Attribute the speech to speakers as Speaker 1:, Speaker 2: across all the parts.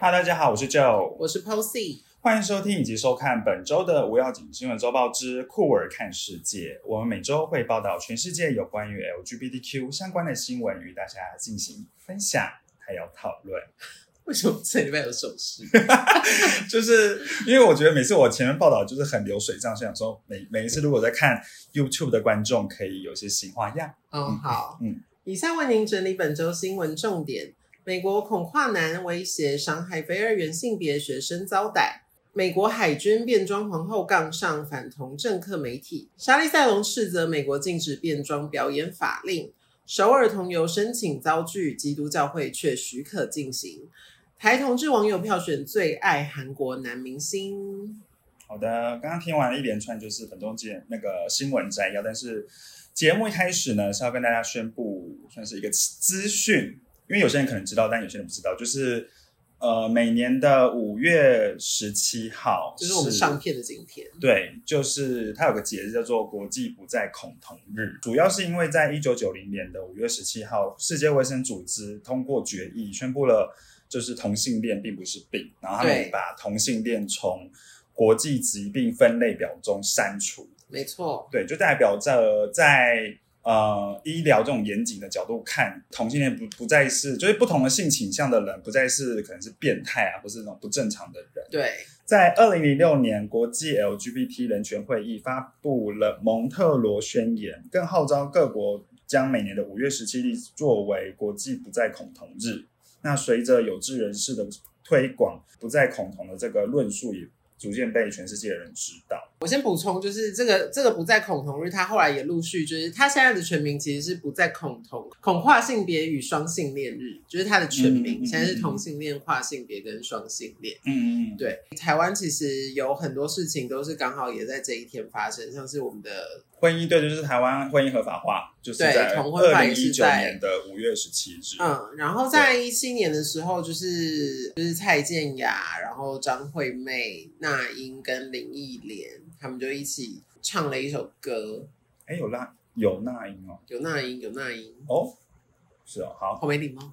Speaker 1: 哈，大家好，我是 Joe，
Speaker 2: 我是 Posy。
Speaker 1: 欢迎收听以及收看本周的无要紧新闻周报之酷儿看世界。我们每周会报道全世界有关于 LGBTQ 相关的新闻，与大家进行分享，还有讨论。
Speaker 2: 为什么这礼拜有手势？
Speaker 1: 就是因为我觉得每次我前面报道就是很流水账，所以想说每每一次如果在看 YouTube 的观众可以有一些新花样。
Speaker 2: 哦，好，
Speaker 1: 嗯
Speaker 2: 以下为您整理本周新闻重点：美国恐跨男威胁伤害非二元性别学生遭逮；美国海军变装皇后杠上反同政客媒体；莎莉塞隆斥责美国禁止变装表演法令；首尔同游申请遭拒，基督教会却许可进行；台同志网友票选最爱韩国男明星。
Speaker 1: 好的，刚刚听完了一连串就是本周节那个新闻摘要，但是节目一开始呢是要跟大家宣布算是一个资讯，因为有些人可能知道，但有些人不知道，就是呃每年的五月十七号，
Speaker 2: 就是我们上片的今天，
Speaker 1: 对，就是它有个节日叫做国际不再恐同日，主要是因为在一九九零年的五月十七号，世界卫生组织通过决议，宣布了就是同性恋并不是病，然后他们
Speaker 2: 对
Speaker 1: 把同性恋从国际疾病分类表中删除。
Speaker 2: 没错，
Speaker 1: 对，就代表着在呃医疗这种严谨的角度看，同性恋不不再是就是不同的性倾向的人，不再是可能是变态啊，或是那种不正常的人。
Speaker 2: 对，
Speaker 1: 在二零零六年，国际 LGBT 人权会议发布了蒙特罗宣言，更号召各国将每年的五月十七日作为国际不再恐同日。那随着有志人士的推广，不再恐同的这个论述也逐渐被全世界的人知道。
Speaker 2: 我先补充，就是这个这个不再恐同日，它后来也陆续就是它现在的全名其实是不再恐同恐跨性别与双性恋日，就是它的全
Speaker 1: 嗯
Speaker 2: 名、
Speaker 1: 嗯嗯
Speaker 2: 现在是同性恋、跨性别跟双性恋。
Speaker 1: 嗯嗯，
Speaker 2: 对，台湾其实有很多事情都是刚好也在这一天发生，像是我们的
Speaker 1: 婚姻对，就是台湾婚姻合法化，就是
Speaker 2: 对
Speaker 1: 在
Speaker 2: 同婚
Speaker 1: 二
Speaker 2: 法
Speaker 1: 零
Speaker 2: 也
Speaker 1: 一
Speaker 2: 是
Speaker 1: 九
Speaker 2: 在
Speaker 1: 年的五月十七日。
Speaker 2: 嗯，然后在一七年的时候，就是就是蔡健雅，然后张惠妹、那英跟林忆莲，他们就一起唱了一首歌，
Speaker 1: 哎，有那有那英哦，
Speaker 2: 有那英，有那英，
Speaker 1: 哦，是哦，好，
Speaker 2: 好没礼貌，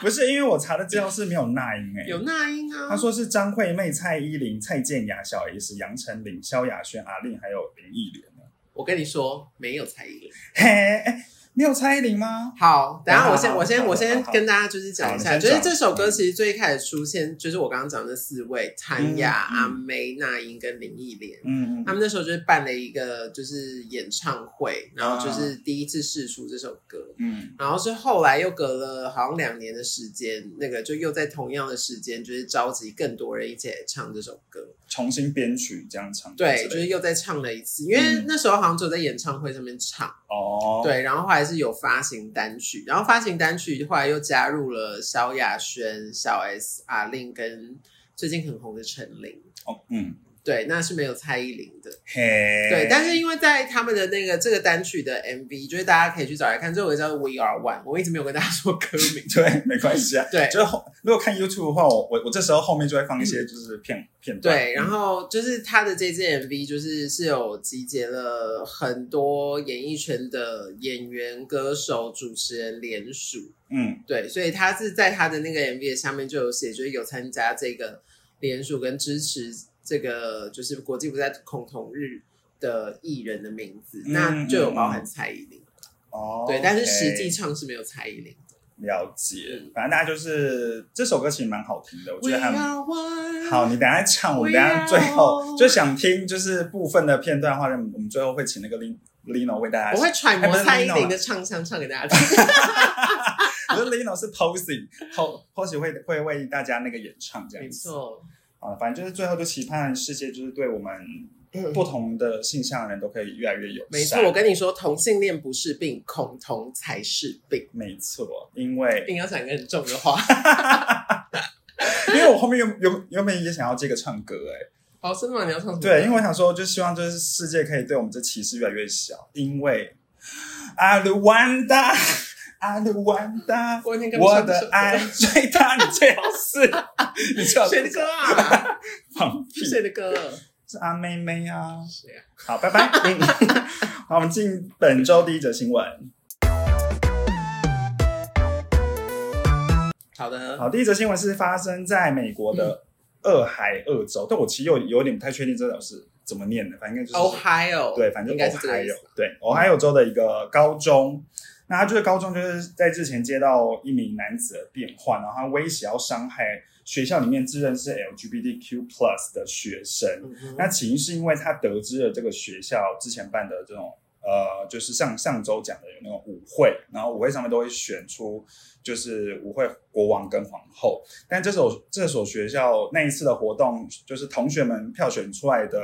Speaker 1: 不是因为我查的资料是没有那英哎，
Speaker 2: 有那英啊，
Speaker 1: 他说是张惠妹、蔡依林、蔡健雅、小 S、杨丞琳、萧亚轩、阿令，还有林忆莲呢。
Speaker 2: 我跟你说，没有才艺。
Speaker 1: 嘿，哎，没有蔡依林吗？
Speaker 2: 好，等一
Speaker 1: 好
Speaker 2: 下
Speaker 1: 好
Speaker 2: 我先
Speaker 1: 好
Speaker 2: 我先
Speaker 1: 好
Speaker 2: 我先
Speaker 1: 好好
Speaker 2: 跟大家就是讲一
Speaker 1: 好
Speaker 2: 下，
Speaker 1: 你先
Speaker 2: 就是
Speaker 1: 讲
Speaker 2: 这首歌其实最一开始出现，就是我刚刚讲的四位：谭雅、
Speaker 1: 嗯嗯
Speaker 2: 阿妹、那英跟林忆莲。
Speaker 1: 嗯
Speaker 2: 他们那时候就是办了一个就是演唱会，然后就是第一次试出这首歌，
Speaker 1: 嗯
Speaker 2: 然后是后来又隔了好像两年的时间，那个就又在同样的时间就是召集更多人一起来唱这首歌，
Speaker 1: 重新编曲这样唱之类的。
Speaker 2: 对，就是又再唱了一次，因为
Speaker 1: 嗯
Speaker 2: 那时候好像只有在演唱会上面唱。
Speaker 1: 哦，，
Speaker 2: 对，然后后来是有发行单曲，然后发行单曲后来又加入了萧亚轩、小 S、阿令跟最近很红的陈琳。
Speaker 1: 哦，嗯，
Speaker 2: 对，那是没有蔡依林的。
Speaker 1: 嘿，。
Speaker 2: 对，但是因为在他们的那个这个单曲的 MV，就是大家可以去找来看，这首歌叫做《We Are One》，我一直没有跟大家说歌名
Speaker 1: 对，没关系啊。
Speaker 2: 对
Speaker 1: 就是后如果看 YouTube 的话，我我我这时候后面就会放一些就是片片段。
Speaker 2: 嗯对，然后就是他的这支 MV，就是是有集结了很多演艺圈的演员、歌手、主持人联署，
Speaker 1: 嗯
Speaker 2: 对，所以他是在他的那个 MV 的下面就有写，就是有参加这个联署跟支持这个就是国际不再恐同日的艺人的名字，
Speaker 1: 嗯
Speaker 2: 那就有包含蔡依林。
Speaker 1: 哦，
Speaker 2: 对，但是实
Speaker 1: OK
Speaker 2: 际唱是没有蔡依林。
Speaker 1: 了解
Speaker 2: 嗯，
Speaker 1: 反正大家就是这首歌其实蛮好听的，我觉
Speaker 2: We
Speaker 1: 得还
Speaker 2: are
Speaker 1: 蛮
Speaker 2: one。
Speaker 1: 好，你等一下唱，我们
Speaker 2: 不
Speaker 1: 等一
Speaker 2: 要
Speaker 1: 下最后就想听就是部分的片段的话，我们最后会请那个 Lin- Lino 为大家。
Speaker 2: 我会揣摩
Speaker 1: 哎不是
Speaker 2: 蔡依
Speaker 1: Lino
Speaker 2: 林
Speaker 1: 啊
Speaker 2: 的唱腔唱给大家听。
Speaker 1: 我觉得 Lino 是 Posing，Po Posing 会会为大家那个演唱这
Speaker 2: 没
Speaker 1: 样子。
Speaker 2: 错，
Speaker 1: 啊，反正就是最后就期盼世界就是对我们 不同的性向的人都可以越来越友善。
Speaker 2: 没错。我跟你说，同性恋不是病，恐同才是病。
Speaker 1: 没错，因为
Speaker 2: 硬要讲一个很重的话，
Speaker 1: 因为我后面有有原本也想要接个唱歌哎、
Speaker 2: 哦，真的吗？你要唱什么？
Speaker 1: 对，因为我想说，就希望就是世界可以对我们这歧视越来越小，因为阿鲁万达，阿鲁万达，
Speaker 2: 我已经跟不上
Speaker 1: 我的 爱最大，你最好是，你最好
Speaker 2: 谁的
Speaker 1: 是
Speaker 2: 歌 啊？
Speaker 1: 放屁
Speaker 2: 是，谁的歌？
Speaker 1: 是阿妹妹啊。
Speaker 2: 谁啊？
Speaker 1: 好，拜拜。嗯 好，我们进本周第一则新闻。
Speaker 2: 好的，
Speaker 1: 好，第一则新闻是发生在美国的俄亥俄州，但我其实有有点不太确定这首是怎么念的，反正应该就是
Speaker 2: Ohio，
Speaker 1: 对，反正
Speaker 2: 哦应该是这个意
Speaker 1: Ohio
Speaker 2: 思吧。
Speaker 1: 对 Ohio 州的一个高中，那他就是高中就是在之前接到一名男子的电话，然后他威胁要伤害学校里面自认是 LGBTQ plus 的学生。
Speaker 2: 嗯哼
Speaker 1: 那起因是因为他得知了这个学校之前办的这种呃，就是上上周讲的有那种舞会，然后舞会上面都会选出就是舞会国王跟皇后，但这所这所学校那一次的活动，就是同学们票选出来的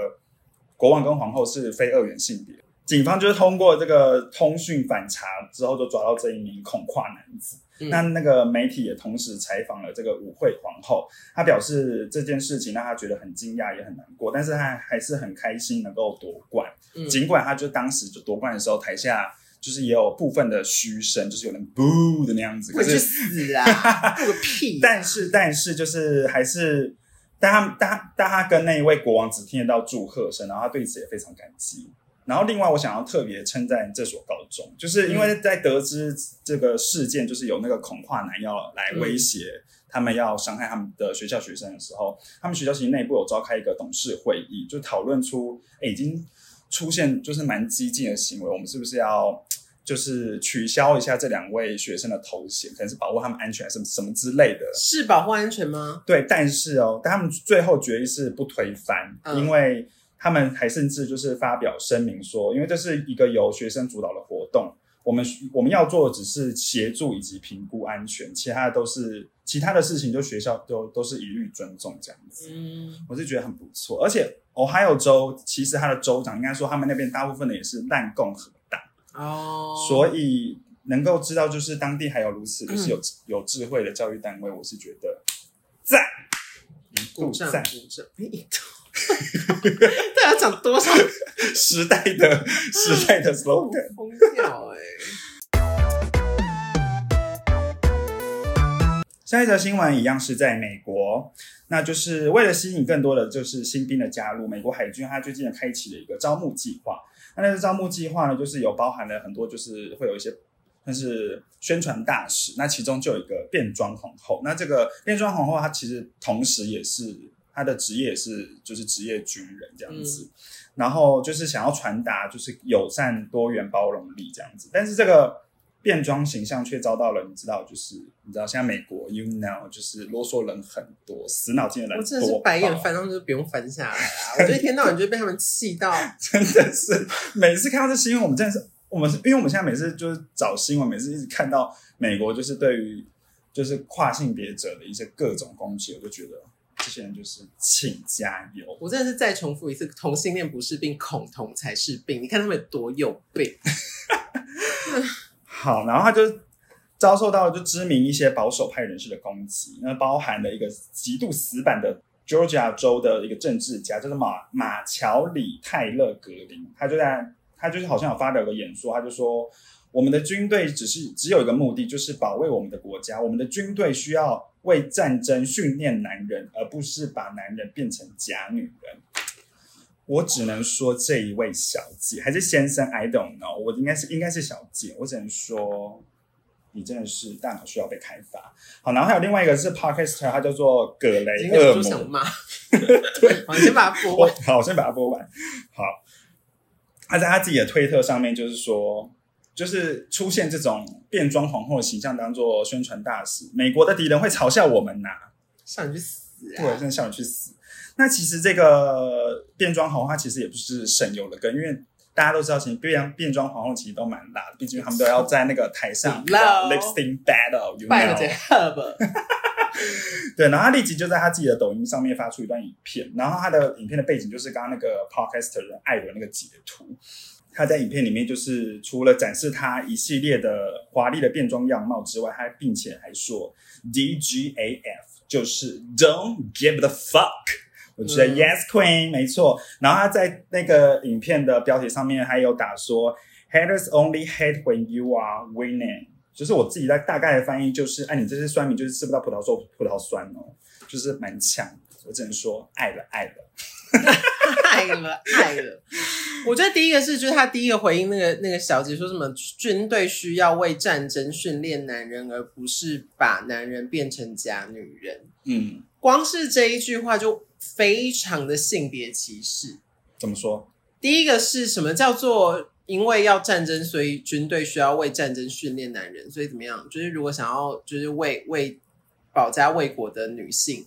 Speaker 1: 国王跟皇后是非二元性别。警方就是通过这个通讯反查之后，就抓到这一名恐跨男子。
Speaker 2: 嗯
Speaker 1: 那那个媒体也同时采访了这个舞会皇后，他表示这件事情让他觉得很惊讶，也很难过，但是他还是很开心能够夺冠。
Speaker 2: 嗯
Speaker 1: 尽管他就当时就夺冠的时候，台下就是也有部分的嘘声，就是有人 boo 的那样子，可
Speaker 2: 我去
Speaker 1: 是
Speaker 2: 死啊！做个屁！
Speaker 1: 但是但是就是还是，但他但他但他跟那一位国王只听得到祝贺声，然后他对此也非常感激。然后另外我想要特别称赞这所高中，就是因
Speaker 2: 嗯
Speaker 1: 为在得知这个事件，就是有那个恐跨男要来
Speaker 2: 嗯
Speaker 1: 威胁。他们要伤害他们的学校学生的时候，他们学校其实内部有召开一个董事会议，就讨论出，哎、已经出现就是蛮激进的行为，我们是不是要就是取消一下这两位学生的头衔，可能是保护他们安全，啊什么什么之类的。
Speaker 2: 是保护安全吗？
Speaker 1: 对，但是哦，但他们最后决议是不推翻，
Speaker 2: 嗯
Speaker 1: 因为他们还甚至就是发表声明说，因为这是一个由学生主导的活动，我们我们要做的只是协助以及评估安全，其他的都是其他的事情，就学校都都是一律尊重这样子。
Speaker 2: 嗯，
Speaker 1: 我是觉得很不错，而且 Ohio 州其实它的州长应该说他们那边大部分的也是烂共和党，
Speaker 2: 哦，
Speaker 1: 所以能够知道就是当地还有如此就是
Speaker 2: 嗯
Speaker 1: 有、有智慧的教育单位，我是觉得赞，一
Speaker 2: 鼓
Speaker 1: 度
Speaker 2: 掌
Speaker 1: 赞，
Speaker 2: 鼓掌，一度， 大家讲多少
Speaker 1: 时代的时代 的 slogan。
Speaker 2: 疯掉哎！
Speaker 1: 下一则新闻一样是在美国，那就是为了吸引更多的就是新兵的加入，美国海军它最近也开启了一个招募计划。那那个招募计划呢，就是有包含了很多，就是会有一些。但是宣传大使，那其中就有一个变装皇后。那这个变装皇后，她其实同时也是她的职业也是就是职业军人这样子，然后就是想要传达就是友善、多元、包容力这样子。但是这个变装形象却遭到了你知道，就是你知道现在美国 you know 就是啰嗦人很多，死脑筋的人
Speaker 2: 我
Speaker 1: 多爆，
Speaker 2: 真的是白眼翻上去，不用翻下来啊！我就一天到晚就被他们气到，
Speaker 1: 真的是每次看到这新闻，我们真的是我们是因为我们现在每次就是找新闻，每次一直看到美国就是对于就是跨性别者的一些各种攻击，我就觉得这些人就是请加油。
Speaker 2: 我真的是再重复一次，同性恋不是病，恐同才是病。你看他们有多有病，
Speaker 1: 好，然后他就遭受到就知名一些保守派人士的攻击，那包含了一个极度死板的 Georgia 州的一个政治家，就是马马乔里泰勒格林，他就在他就是好像有发表个演说，他就说。我们的军队只是只有一个目的，就是保卫我们的国家。我们的军队需要为战争训练男人，而不是把男人变成假女人。我只能说这一位小姐还是先生，I don't know，我应该是应该是小姐，我只能说你真的是大脑需要被开发。好，然后还有另外一个是 podcaster，他叫做葛
Speaker 2: 今
Speaker 1: 雷
Speaker 2: 天
Speaker 1: 厄
Speaker 2: 就
Speaker 1: 姆，
Speaker 2: 想骂。我先把它播
Speaker 1: 哎我
Speaker 2: 完。
Speaker 1: 好，我先把它播完。好，他在他自己的推特上面就是说，就是出现这种变装皇后的形象当做宣传大使，美国的敌人会嘲笑我们呐、
Speaker 2: 想你去死
Speaker 1: 对，
Speaker 2: 啊！
Speaker 1: 真的笑你去死。那其实这个变装皇后，她其实也不是省油的根，因为大家都知道，其实变装变装皇后其实都蛮辣的，毕竟他们都要在那个台上
Speaker 2: Hello
Speaker 1: lipsting battle，you
Speaker 2: 拜了这
Speaker 1: know。
Speaker 2: hub，
Speaker 1: 对，然后她立即就在她自己的抖音上面发出一段影片，然后她的影片的背景就是刚刚那个 podcaster 人艾伦那个截图。她在影片里面就是除了展示她一系列的华丽的变装样貌之外，她并且还说 D G A F 就是 Don't give the fuck。我觉得
Speaker 2: 嗯
Speaker 1: Yes Queen 没错。然后他在那个影片的标题上面还有打说 Haters only hate when you are winning，就是我自己在大概的翻译就是，哎，你这些酸民就是吃不到葡萄说葡萄酸哦，就是蛮呛。我只能说爱了爱了。
Speaker 2: 爱了爱了，我觉得第一个是，就是他第一个回应那个那个小姐说什么，军队需要为战争训练男人，而不是把男人变成假女人。
Speaker 1: 嗯，
Speaker 2: 光是这一句话就非常的性别歧视。
Speaker 1: 怎么说？
Speaker 2: 第一个是什么叫做因为要战争，所以军队需要为战争训练男人，所以怎么样？就是如果想要就是为为保家卫国的女性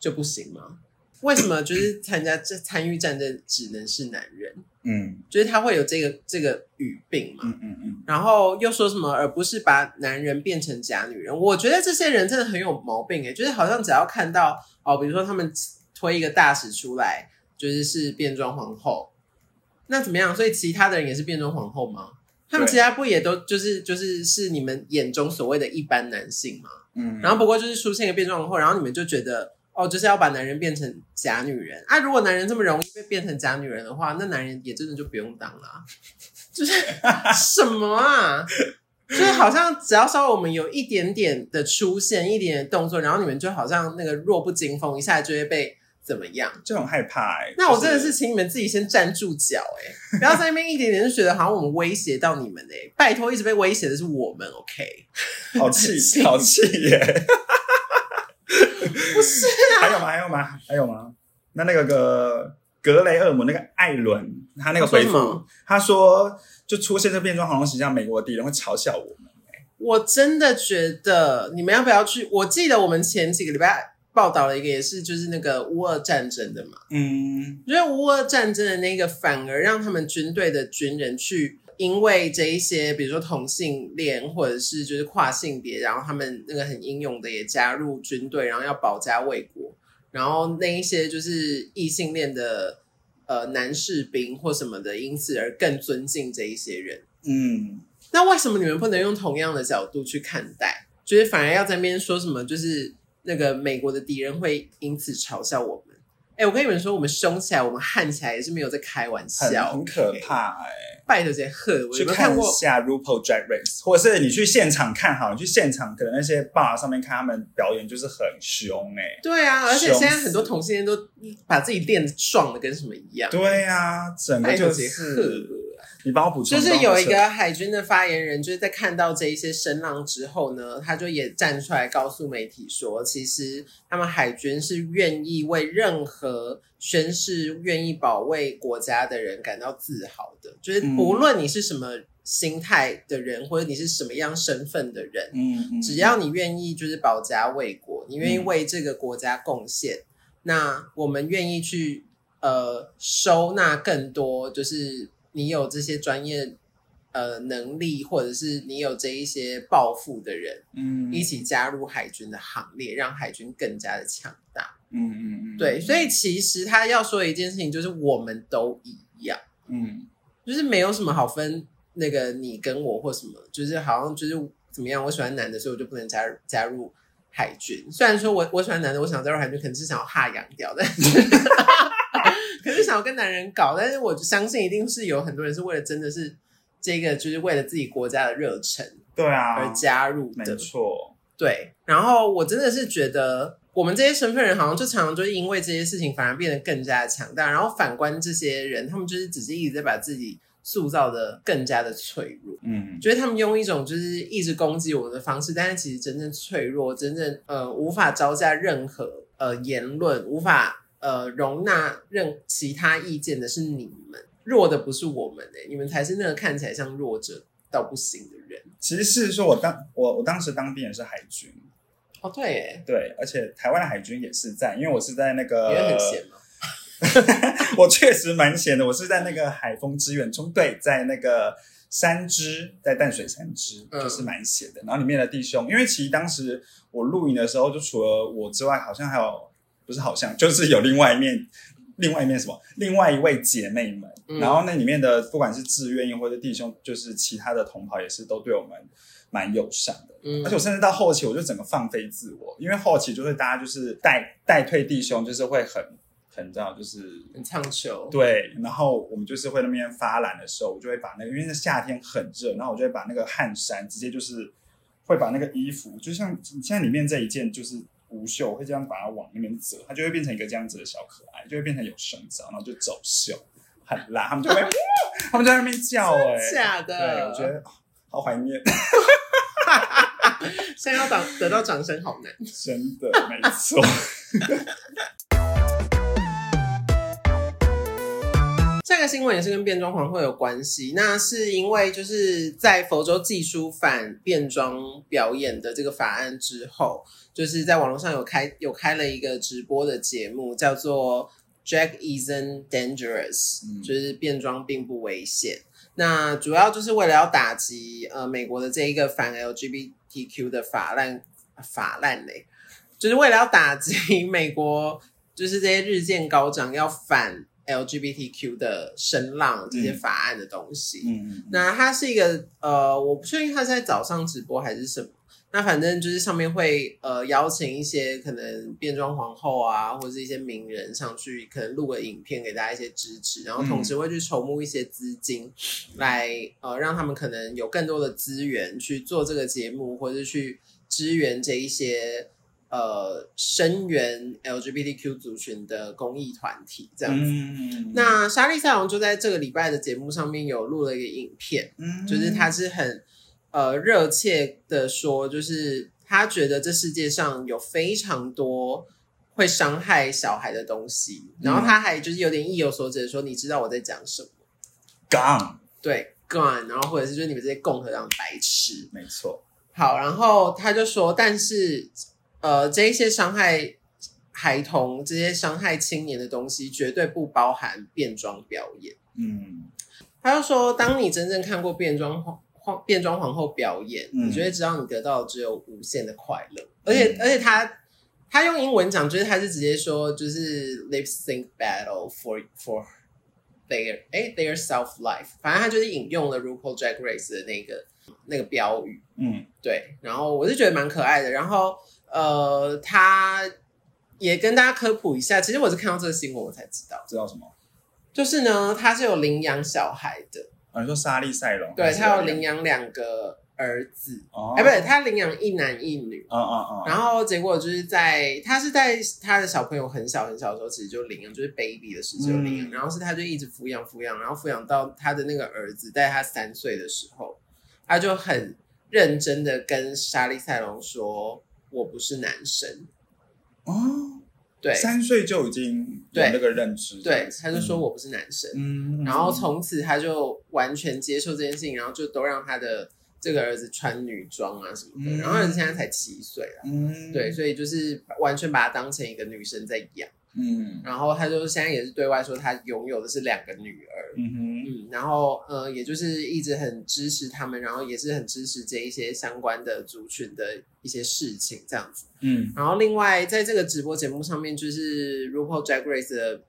Speaker 2: 就不行吗？为什么就是参加这参与战争只能是男人？
Speaker 1: 嗯
Speaker 2: 就是他会有这个这个语病嘛。
Speaker 1: 嗯嗯嗯，
Speaker 2: 然后又说什么，而不是把男人变成假女人。我觉得这些人真的很有毛病诶、欸就是好像只要看到哦，比如说他们推一个大使出来，就是是变装皇后，那怎么样？所以其他的人也是变装皇后吗？他们
Speaker 1: 对
Speaker 2: 其他不也都就是就是是你们眼中所谓的一般男性吗？
Speaker 1: 嗯
Speaker 2: 然后不过就是出现一个变装皇后，然后你们就觉得哦，就是要把男人变成假女人啊。如果男人这么容易被变成假女人的话，那男人也真的就不用当啦、 就是什 么啊？就是好像只要稍微我们有一点点的出现，一点点动作，然后你们就好像那个弱不禁风，一下就会被怎么样？
Speaker 1: 就很害怕哎、
Speaker 2: 那我真的
Speaker 1: 就是
Speaker 2: 请你们自己先站住脚 哎、不要在那边一点点就觉得好像我们威胁到你们哎、拜托，一直被威胁的是我们，OK？
Speaker 1: 好气好气耶！
Speaker 2: 不是啊
Speaker 1: 还有吗？还有吗？还有吗？那那个个格雷厄姆那个艾伦，他那个回
Speaker 2: 他说什
Speaker 1: 复
Speaker 2: 么，
Speaker 1: 他说就出现这变装皇后形象，美国的敌人会嘲笑我们。
Speaker 2: 我真的觉得你们要不要去？我记得我们前几个礼拜报道了一个，也是就是那个乌俄战争的嘛。
Speaker 1: 嗯，
Speaker 2: 因为乌俄战争的那个，反而让他们军队的军人去，因为这一些，比如说同性恋或者是就是跨性别，然后他们那个很英勇的也加入军队，然后要保家卫国。然后那一些就是异性恋的呃男士兵或什么的，因此而更尊敬这一些人。
Speaker 1: 嗯，
Speaker 2: 那为什么你们不能用同样的角度去看待？就是反而要在那边说什么，就是那个美国的敌人会因此嘲笑我们。哎、我跟你们说，我们凶起来，我们悍起来也是没有在开玩
Speaker 1: 很
Speaker 2: 笑，
Speaker 1: 很可。怕哎、
Speaker 2: 拜托直接喝，我
Speaker 1: 去
Speaker 2: 有没有
Speaker 1: 看
Speaker 2: 看
Speaker 1: 一
Speaker 2: 过？
Speaker 1: 下 RuPaul Drag Race，或者是你去现场看好，你去现场可能那些 bar 上面看他们表演就是很凶哎、
Speaker 2: 对啊，而且
Speaker 1: 凶
Speaker 2: 现
Speaker 1: 死
Speaker 2: 在很多同性恋都把自己练得壮的跟什么一样。
Speaker 1: 对呀、整个
Speaker 2: 拜
Speaker 1: 就
Speaker 2: 托直接喝
Speaker 1: 是。你帮我补充
Speaker 2: 就
Speaker 1: 到这，
Speaker 2: 是有一个海军的发言人，就是在看到这一些声浪之后呢，他就也站出来告诉媒体说，其实他们海军是愿意为任何宣誓愿意保卫国家的人感到自豪的，就是
Speaker 1: 嗯
Speaker 2: 不论你是什么心态的人，或者你是什么样身份的人，
Speaker 1: 嗯，嗯，
Speaker 2: 只要你愿意就是保家卫国，你愿意为这个国家贡献，那我们愿意去呃收纳更多，就是你有这些专业呃能力，或者是你有这一些抱负的人，
Speaker 1: 嗯
Speaker 2: 一起加入海军的行列，让海军更加的强大。
Speaker 1: 嗯嗯嗯，
Speaker 2: 对，所以其实他要说的一件事情就是我们都一样。
Speaker 1: 嗯
Speaker 2: 就是没有什么好分那个你跟我或什么，就是好像就是怎么样，我喜欢男的，所以我就不能加入加入海军。虽然说我我喜欢男的，我想加入海军，可能是想要哈洋掉，但是 可是想要跟男人搞，但是我相信一定是有很多人是为了真的是这个，就是为了自己国家的热忱
Speaker 1: 对
Speaker 2: 而
Speaker 1: 啊，
Speaker 2: 加入
Speaker 1: 没
Speaker 2: 的。
Speaker 1: 错，
Speaker 2: 对，然后我真的是觉得我们这些身份人好像就常常就是因为这些事情反而变得更加的强大，然后反观这些人，他们就是只是一直在把自己塑造的更加的脆弱。
Speaker 1: 嗯
Speaker 2: 觉得他们用一种就是一直攻击我们的方式，但是其实真正脆弱、真正呃无法招架任何呃言论、无法呃容纳任其他意见的是你们，弱的不是我们哎、你们才是那个看起来像弱者到不行的人。
Speaker 1: 其实是说我当我我当时当兵也是海军，
Speaker 2: 哦，对、欸，
Speaker 1: 对，而且台湾的海军也是在，因为我是在那
Speaker 2: 哎，
Speaker 1: 个
Speaker 2: 你会很闲吗？
Speaker 1: 我确实蛮闲的，我是在那个海风支援中队，在那个三支，在淡水三支，
Speaker 2: 嗯
Speaker 1: 就是蛮闲的。然后里面的弟兄，因为其实当时我露营的时候，就除了我之外，好像还有不是好像，就是有另外一面。另外一面什么？另外一位姐妹们，
Speaker 2: 嗯
Speaker 1: 然后那里面的不管是志愿役或者弟兄，就是其他的同袍也是都对我们蛮友善的。
Speaker 2: 嗯
Speaker 1: 而且我甚至到后期，我就整个放飞自我，因为后期就是大家就是带带退弟兄，就是会很很这样，就是
Speaker 2: 很唱球，
Speaker 1: 对，然后我们就是会那边发懒的时候，我就会把那个，因为是夏天很热，然后我就会把那个汗衫直接就是会把那个衣服，就像你现在里面这一件就是无袖，我会这样把它往那边折，它就会变成一个这样子的小可爱，就会变成有绳子，然后就走秀。很辣，他们就 会他们就在那边叫哎、
Speaker 2: 假的，
Speaker 1: 对，我觉得哦好怀念，
Speaker 2: 现在要得得到掌声好难。
Speaker 1: 真的没 错。
Speaker 2: 下个新闻也是跟变装皇后有关系，那是因为就是在佛州技术反变装表演的这个法案之后，就是在网络上有开有开了一个直播的节目，叫做 Drag Isn't Dangerous，、
Speaker 1: 嗯
Speaker 2: 就是变装并不危险。那主要就是为了要打击呃美国的这一个反 LGBTQ 的法烂法烂嘞，就是为了要打击美国就是这些日渐高涨要反 LGBTQ 的声浪这些法案的东西。
Speaker 1: 嗯嗯，嗯
Speaker 2: 那它是一个呃，我不确定它是在早上直播还是什么。那反正就是上面会呃邀请一些可能变装皇后啊，或者是一些名人上去，可能录个影片给大家一些支持，然后同时会去筹募一些资金，来呃让他们可能有更多的资源去做这个节目，或者去支援这一些呃声援 LGBTQ 族群的公益团体这样子。
Speaker 1: 嗯，
Speaker 2: 那莎莉赛龙就在这个礼拜的节目上面有录了一个影片，
Speaker 1: 嗯
Speaker 2: 就是他是很呃热切的说，就是他觉得这世界上有非常多会伤害小孩的东西，然后他还就是有点意有所指的说，你知道我在讲什么？
Speaker 1: 杠，
Speaker 2: 对，gone，然后或者是就是你们这些共和党白痴。
Speaker 1: 没错，
Speaker 2: 好，然后他就说，但是呃，这一些伤害孩童、这些伤害青年的东西，绝对不包含变装表演。
Speaker 1: 嗯
Speaker 2: 他就说，当你真正看过变装皇皇变装皇后表演，
Speaker 1: 嗯
Speaker 2: 你就会知道你得到的只有无限的快乐。而且，而且他他用英文讲，就是他是直接说，就是 lip sync battle for for their 哎 their self life。反正他就是引用了 RuPaul Drag Race 的那个那个标语，
Speaker 1: 嗯
Speaker 2: 对，然后我是觉得蛮可爱的。然后呃，他也跟大家科普一下，其实我是看到这个新闻我才知道，
Speaker 1: 知道什么？
Speaker 2: 就是呢，他是有领养小孩的。
Speaker 1: 啊，你说莎莉赛龙，
Speaker 2: 对他有领
Speaker 1: 养，
Speaker 2: 养两个儿子，
Speaker 1: 哦，
Speaker 2: 哎、不对，，他领养一男一女。
Speaker 1: 嗯嗯嗯，
Speaker 2: 然后结果就是在他是在他的小朋友很小很小的时候，其实就领养，就是 baby 的时候就领养，
Speaker 1: 嗯
Speaker 2: 然后是他就一直抚养抚养，然后抚养到他的那个儿子在他三岁的时候，他就很认真的跟莎莉赛龙说：“我不是男生。
Speaker 1: 哦，”
Speaker 2: 对
Speaker 1: 三岁就已经有
Speaker 2: 对
Speaker 1: 那个认知，
Speaker 2: 对，他就说，我不是男生。
Speaker 1: 嗯，嗯
Speaker 2: 然后从此他就完全接受这件事情，然后就都让他的这个儿子穿女装啊什么的。
Speaker 1: 嗯
Speaker 2: 然后儿子现在才七岁啦，
Speaker 1: 嗯，
Speaker 2: 对，，所以就是完全把他当成一个女生在养。
Speaker 1: 嗯
Speaker 2: 然后他就现在也是对外说他拥有的是两个女儿，
Speaker 1: 嗯哼，
Speaker 2: 嗯，然后呃，也就是一直很支持他们，然后也是很支持这一些相关的族群的一些事情这样子。
Speaker 1: 嗯
Speaker 2: 然后另外在这个直播节目上面，就是 RuPaul Drag Race 的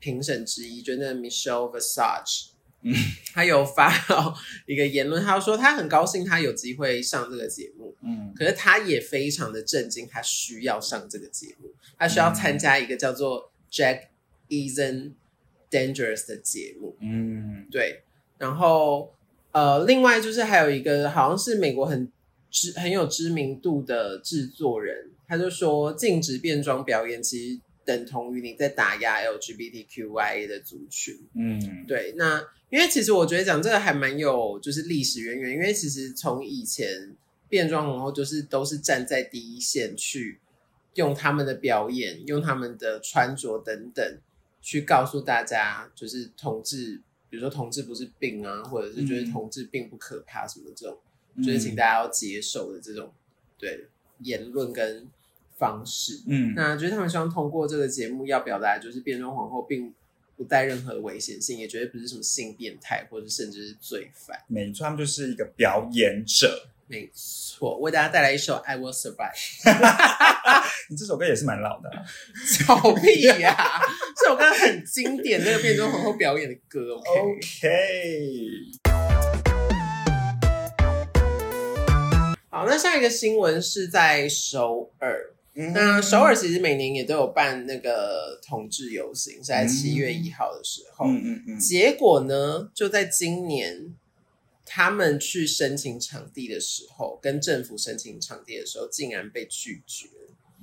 Speaker 2: 评审之一，就是那个 Michelle Visage，
Speaker 1: 嗯，
Speaker 2: 他有发表一个言论，他说他很高兴他有机会上这个节目，
Speaker 1: 嗯
Speaker 2: 可是他也非常的震惊，他需要上这个节目，他需要参加一个叫做 Jack Isn't Dangerous 的节目，
Speaker 1: 嗯
Speaker 2: 对，然后呃，另外就是还有一个好像是美国很知很有知名度的制作人，他就说禁止变装表演其实等同于你在打压 LGBTQIA 的族群。
Speaker 1: 嗯，
Speaker 2: 对，那因为其实我觉得讲这个还蛮有就是历史渊源，因为其实从以前变装皇后就是都是站在第一线去用他们的表演、用他们的穿着等等去告诉大家，就是同志，比如说同志不是病啊，或者是就是
Speaker 1: 嗯
Speaker 2: 同志并不可怕什么这种，
Speaker 1: 嗯
Speaker 2: 就是请大家要接受的这种对言论跟方式。
Speaker 1: 嗯
Speaker 2: 那就是他们希望通过这个节目要表达，就是变装皇后并不带任何危险性，也绝对不是什么性变态，或者甚至是罪犯。
Speaker 1: 没错，他们就是一个表演者。
Speaker 2: 没错，为大家带来一首《I Will Survive
Speaker 1: 你这首歌也是蛮老的啊，》，
Speaker 2: 小屁呀、这首歌很经典，那个变装皇后表演的歌。OK，,
Speaker 1: 哦 OK，
Speaker 2: 好，那下一个新闻是在首尔。
Speaker 1: 嗯
Speaker 2: 那首尔其实每年也都有办那个同志游行，是在七月一号的时候。
Speaker 1: 嗯嗯嗯，
Speaker 2: 结果呢，就在今年，他们去申请场地的时候，跟政府申请场地的时候，竟然被拒绝。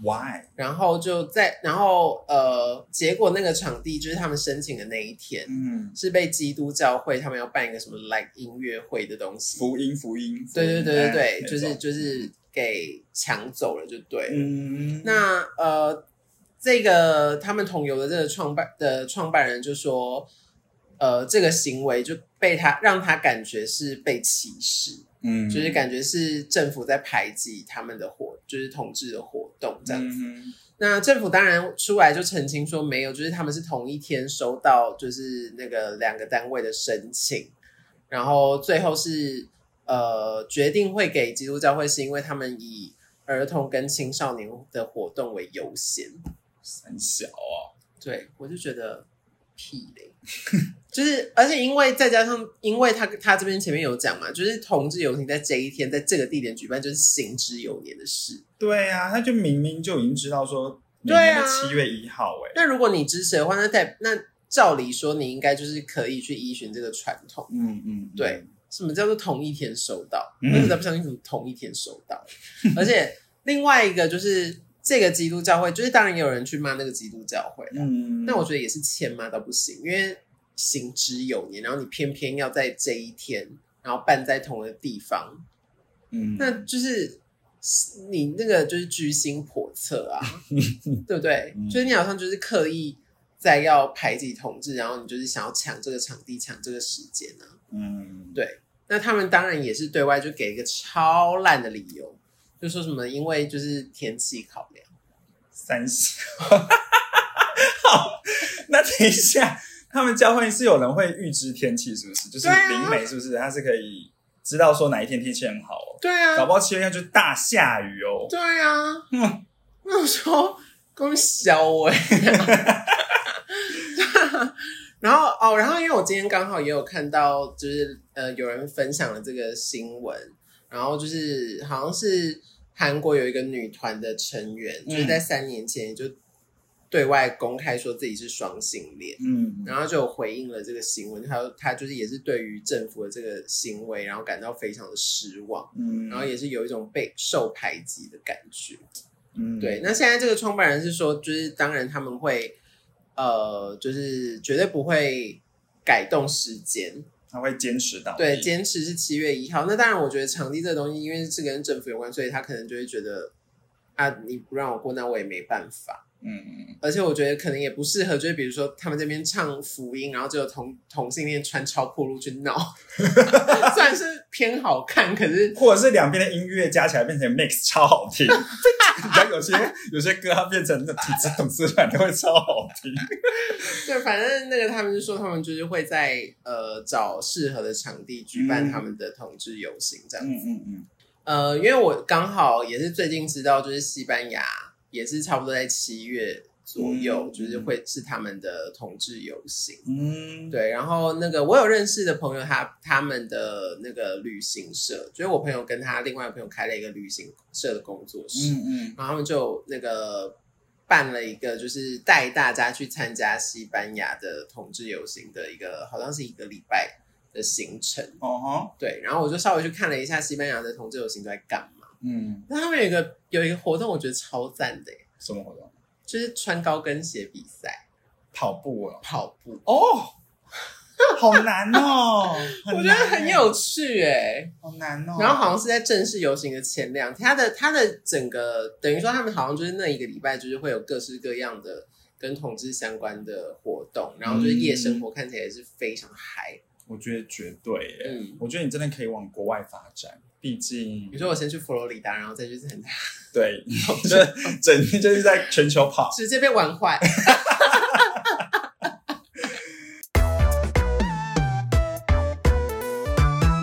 Speaker 1: Why？
Speaker 2: 然后就在，然后呃，结果那个场地就是他们申请的那一天，
Speaker 1: 嗯，
Speaker 2: 是被基督教会他们要办一个什么 like 音乐会的东西，
Speaker 1: 福音，福音，福音
Speaker 2: 对对对对
Speaker 1: 哎
Speaker 2: 对，就
Speaker 1: 那
Speaker 2: 是
Speaker 1: 种
Speaker 2: 就是给抢走了就对了。
Speaker 1: 嗯，
Speaker 2: 那呃，这个他们同游的这个创办的创办人就说，呃，这个行为就被他让他感觉是被歧视，
Speaker 1: 嗯，
Speaker 2: 就是感觉是政府在排挤他们的活，就是同志的活动这样子。
Speaker 1: 嗯
Speaker 2: 那政府当然出来就澄清说没有，就是他们是同一天收到，就是那个两个单位的申请，然后最后是呃决定会给基督教会，是因为他们以儿童跟青少年的活动为优先。
Speaker 1: 很小哦，
Speaker 2: 对我就觉得屁嘞，就是而且因为再加上，因为他他这边前面有讲嘛，就是同志游行在这一天在这个地点举办，就是行之有年的事。
Speaker 1: 对啊，他就明明就已经知道说明
Speaker 2: 对
Speaker 1: 年
Speaker 2: 啊
Speaker 1: 的七月一号、哎、
Speaker 2: 那如果你支持的话，那代那照理说你应该就是可以去依循这个传统。
Speaker 1: 嗯嗯，
Speaker 2: 对，什么叫做同一天收到？
Speaker 1: 嗯
Speaker 2: 我实在不相信什么同一天收到。而且另外一个就是这个基督教会，就是当然也有人去骂那个基督教会啦。
Speaker 1: 嗯，
Speaker 2: 那我觉得也是欠骂到不行，因为行之有年，然后你偏偏要在这一天，然后办在同一个地方，
Speaker 1: 嗯，
Speaker 2: 那就是你那个就是居心叵测啊，对不对？
Speaker 1: 嗯
Speaker 2: 就是你好像就是刻意在要排挤同志，然后你就是想要抢这个场地、抢这个时间啊。
Speaker 1: 嗯，
Speaker 2: 对那他们当然也是对外就给一个超烂的理由，就说什么因为就是天气考量，
Speaker 1: 三小，好，那等一下，他们教会是有人会预知天气，是不是？就是
Speaker 2: 对啊
Speaker 1: 灵媒，是不是？他是可以知道说哪一天天气很好哦，
Speaker 2: 对
Speaker 1: 搞
Speaker 2: 啊，
Speaker 1: 不好七月一号就大下雨哦。
Speaker 2: 对啊，
Speaker 1: 嗯
Speaker 2: 那我说恭小欸我、 然后哦，然后因为我今天刚好也有看到，就是呃有人分享了这个新闻，然后就是好像是韩国有一个女团的成员，就是在三年前就对外公开说自己是双性恋。
Speaker 1: 嗯，
Speaker 2: 然后就有回应了这个新闻，他他就是也是对于政府的这个行为，然后感到非常的失望，
Speaker 1: 嗯，
Speaker 2: 然后也是有一种被受排挤的感觉。
Speaker 1: 嗯，
Speaker 2: 对，，那现在这个创办人是说，就是当然他们会，呃，就是绝对不会改动时间，
Speaker 1: 他会坚持到底
Speaker 2: 对，坚持是七月一号。那当然，我觉得场地这个东西，因为是跟政府有关，所以他可能就会觉得啊，你不让我过，那我也没办法。
Speaker 1: 嗯嗯
Speaker 2: 而且我觉得可能也不适合，就是比如说他们这边唱福音，然后就有同同性恋穿超破路去闹， 虽然是偏好看，可是
Speaker 1: 嗯，或者是两边的音乐加起来变成 mix 超好 听，你知道有些有些歌它变成那体质董事软都会超好听。
Speaker 2: 对，反正那个他们就说他们就是会在呃找适合的场地举办他们的同志游行这样。
Speaker 1: 嗯嗯嗯，
Speaker 2: 呃，因为我刚好也是最近知道，就是西班牙也是差不多在七月左右，
Speaker 1: 嗯
Speaker 2: 就是会是他们的同志游行。
Speaker 1: 嗯，
Speaker 2: 对，然后那个我有认识的朋友他，他们的那个旅行社，就是我朋友跟他另外一个朋友开了一个旅行社的工作室，
Speaker 1: 嗯嗯
Speaker 2: 然后他们就那个办了一个，就是带大家去参加西班牙的同志游行的一个，好像是一个礼拜的行程。
Speaker 1: 哦吼，
Speaker 2: 对，然后我就稍微去看了一下西班牙的同志游行都在干嘛。
Speaker 1: 嗯，
Speaker 2: 那他们有一个有一个活动，我觉得超赞的耶，欸
Speaker 1: 什么活动？
Speaker 2: 就是穿高跟鞋比赛、
Speaker 1: 跑步哦，
Speaker 2: 跑步，
Speaker 1: 哦，好难 哦，
Speaker 2: 我
Speaker 1: 难
Speaker 2: 觉得很有趣哎。
Speaker 1: 好难哦。
Speaker 2: 然后好像是在正式游行的前两天，它的它的整个等于说他们好像就是那一个礼拜，就是会有各式各样的跟统治相关的活动，然后就是夜生活看起来也是非常嗨。
Speaker 1: 我觉得绝对耶，
Speaker 2: 嗯，
Speaker 1: 我觉得你真的可以往国外发展，毕竟
Speaker 2: 比如说我先去佛罗里达，然后再去 很。
Speaker 1: 对， 就是整天就是在全球跑
Speaker 2: 直接被玩坏。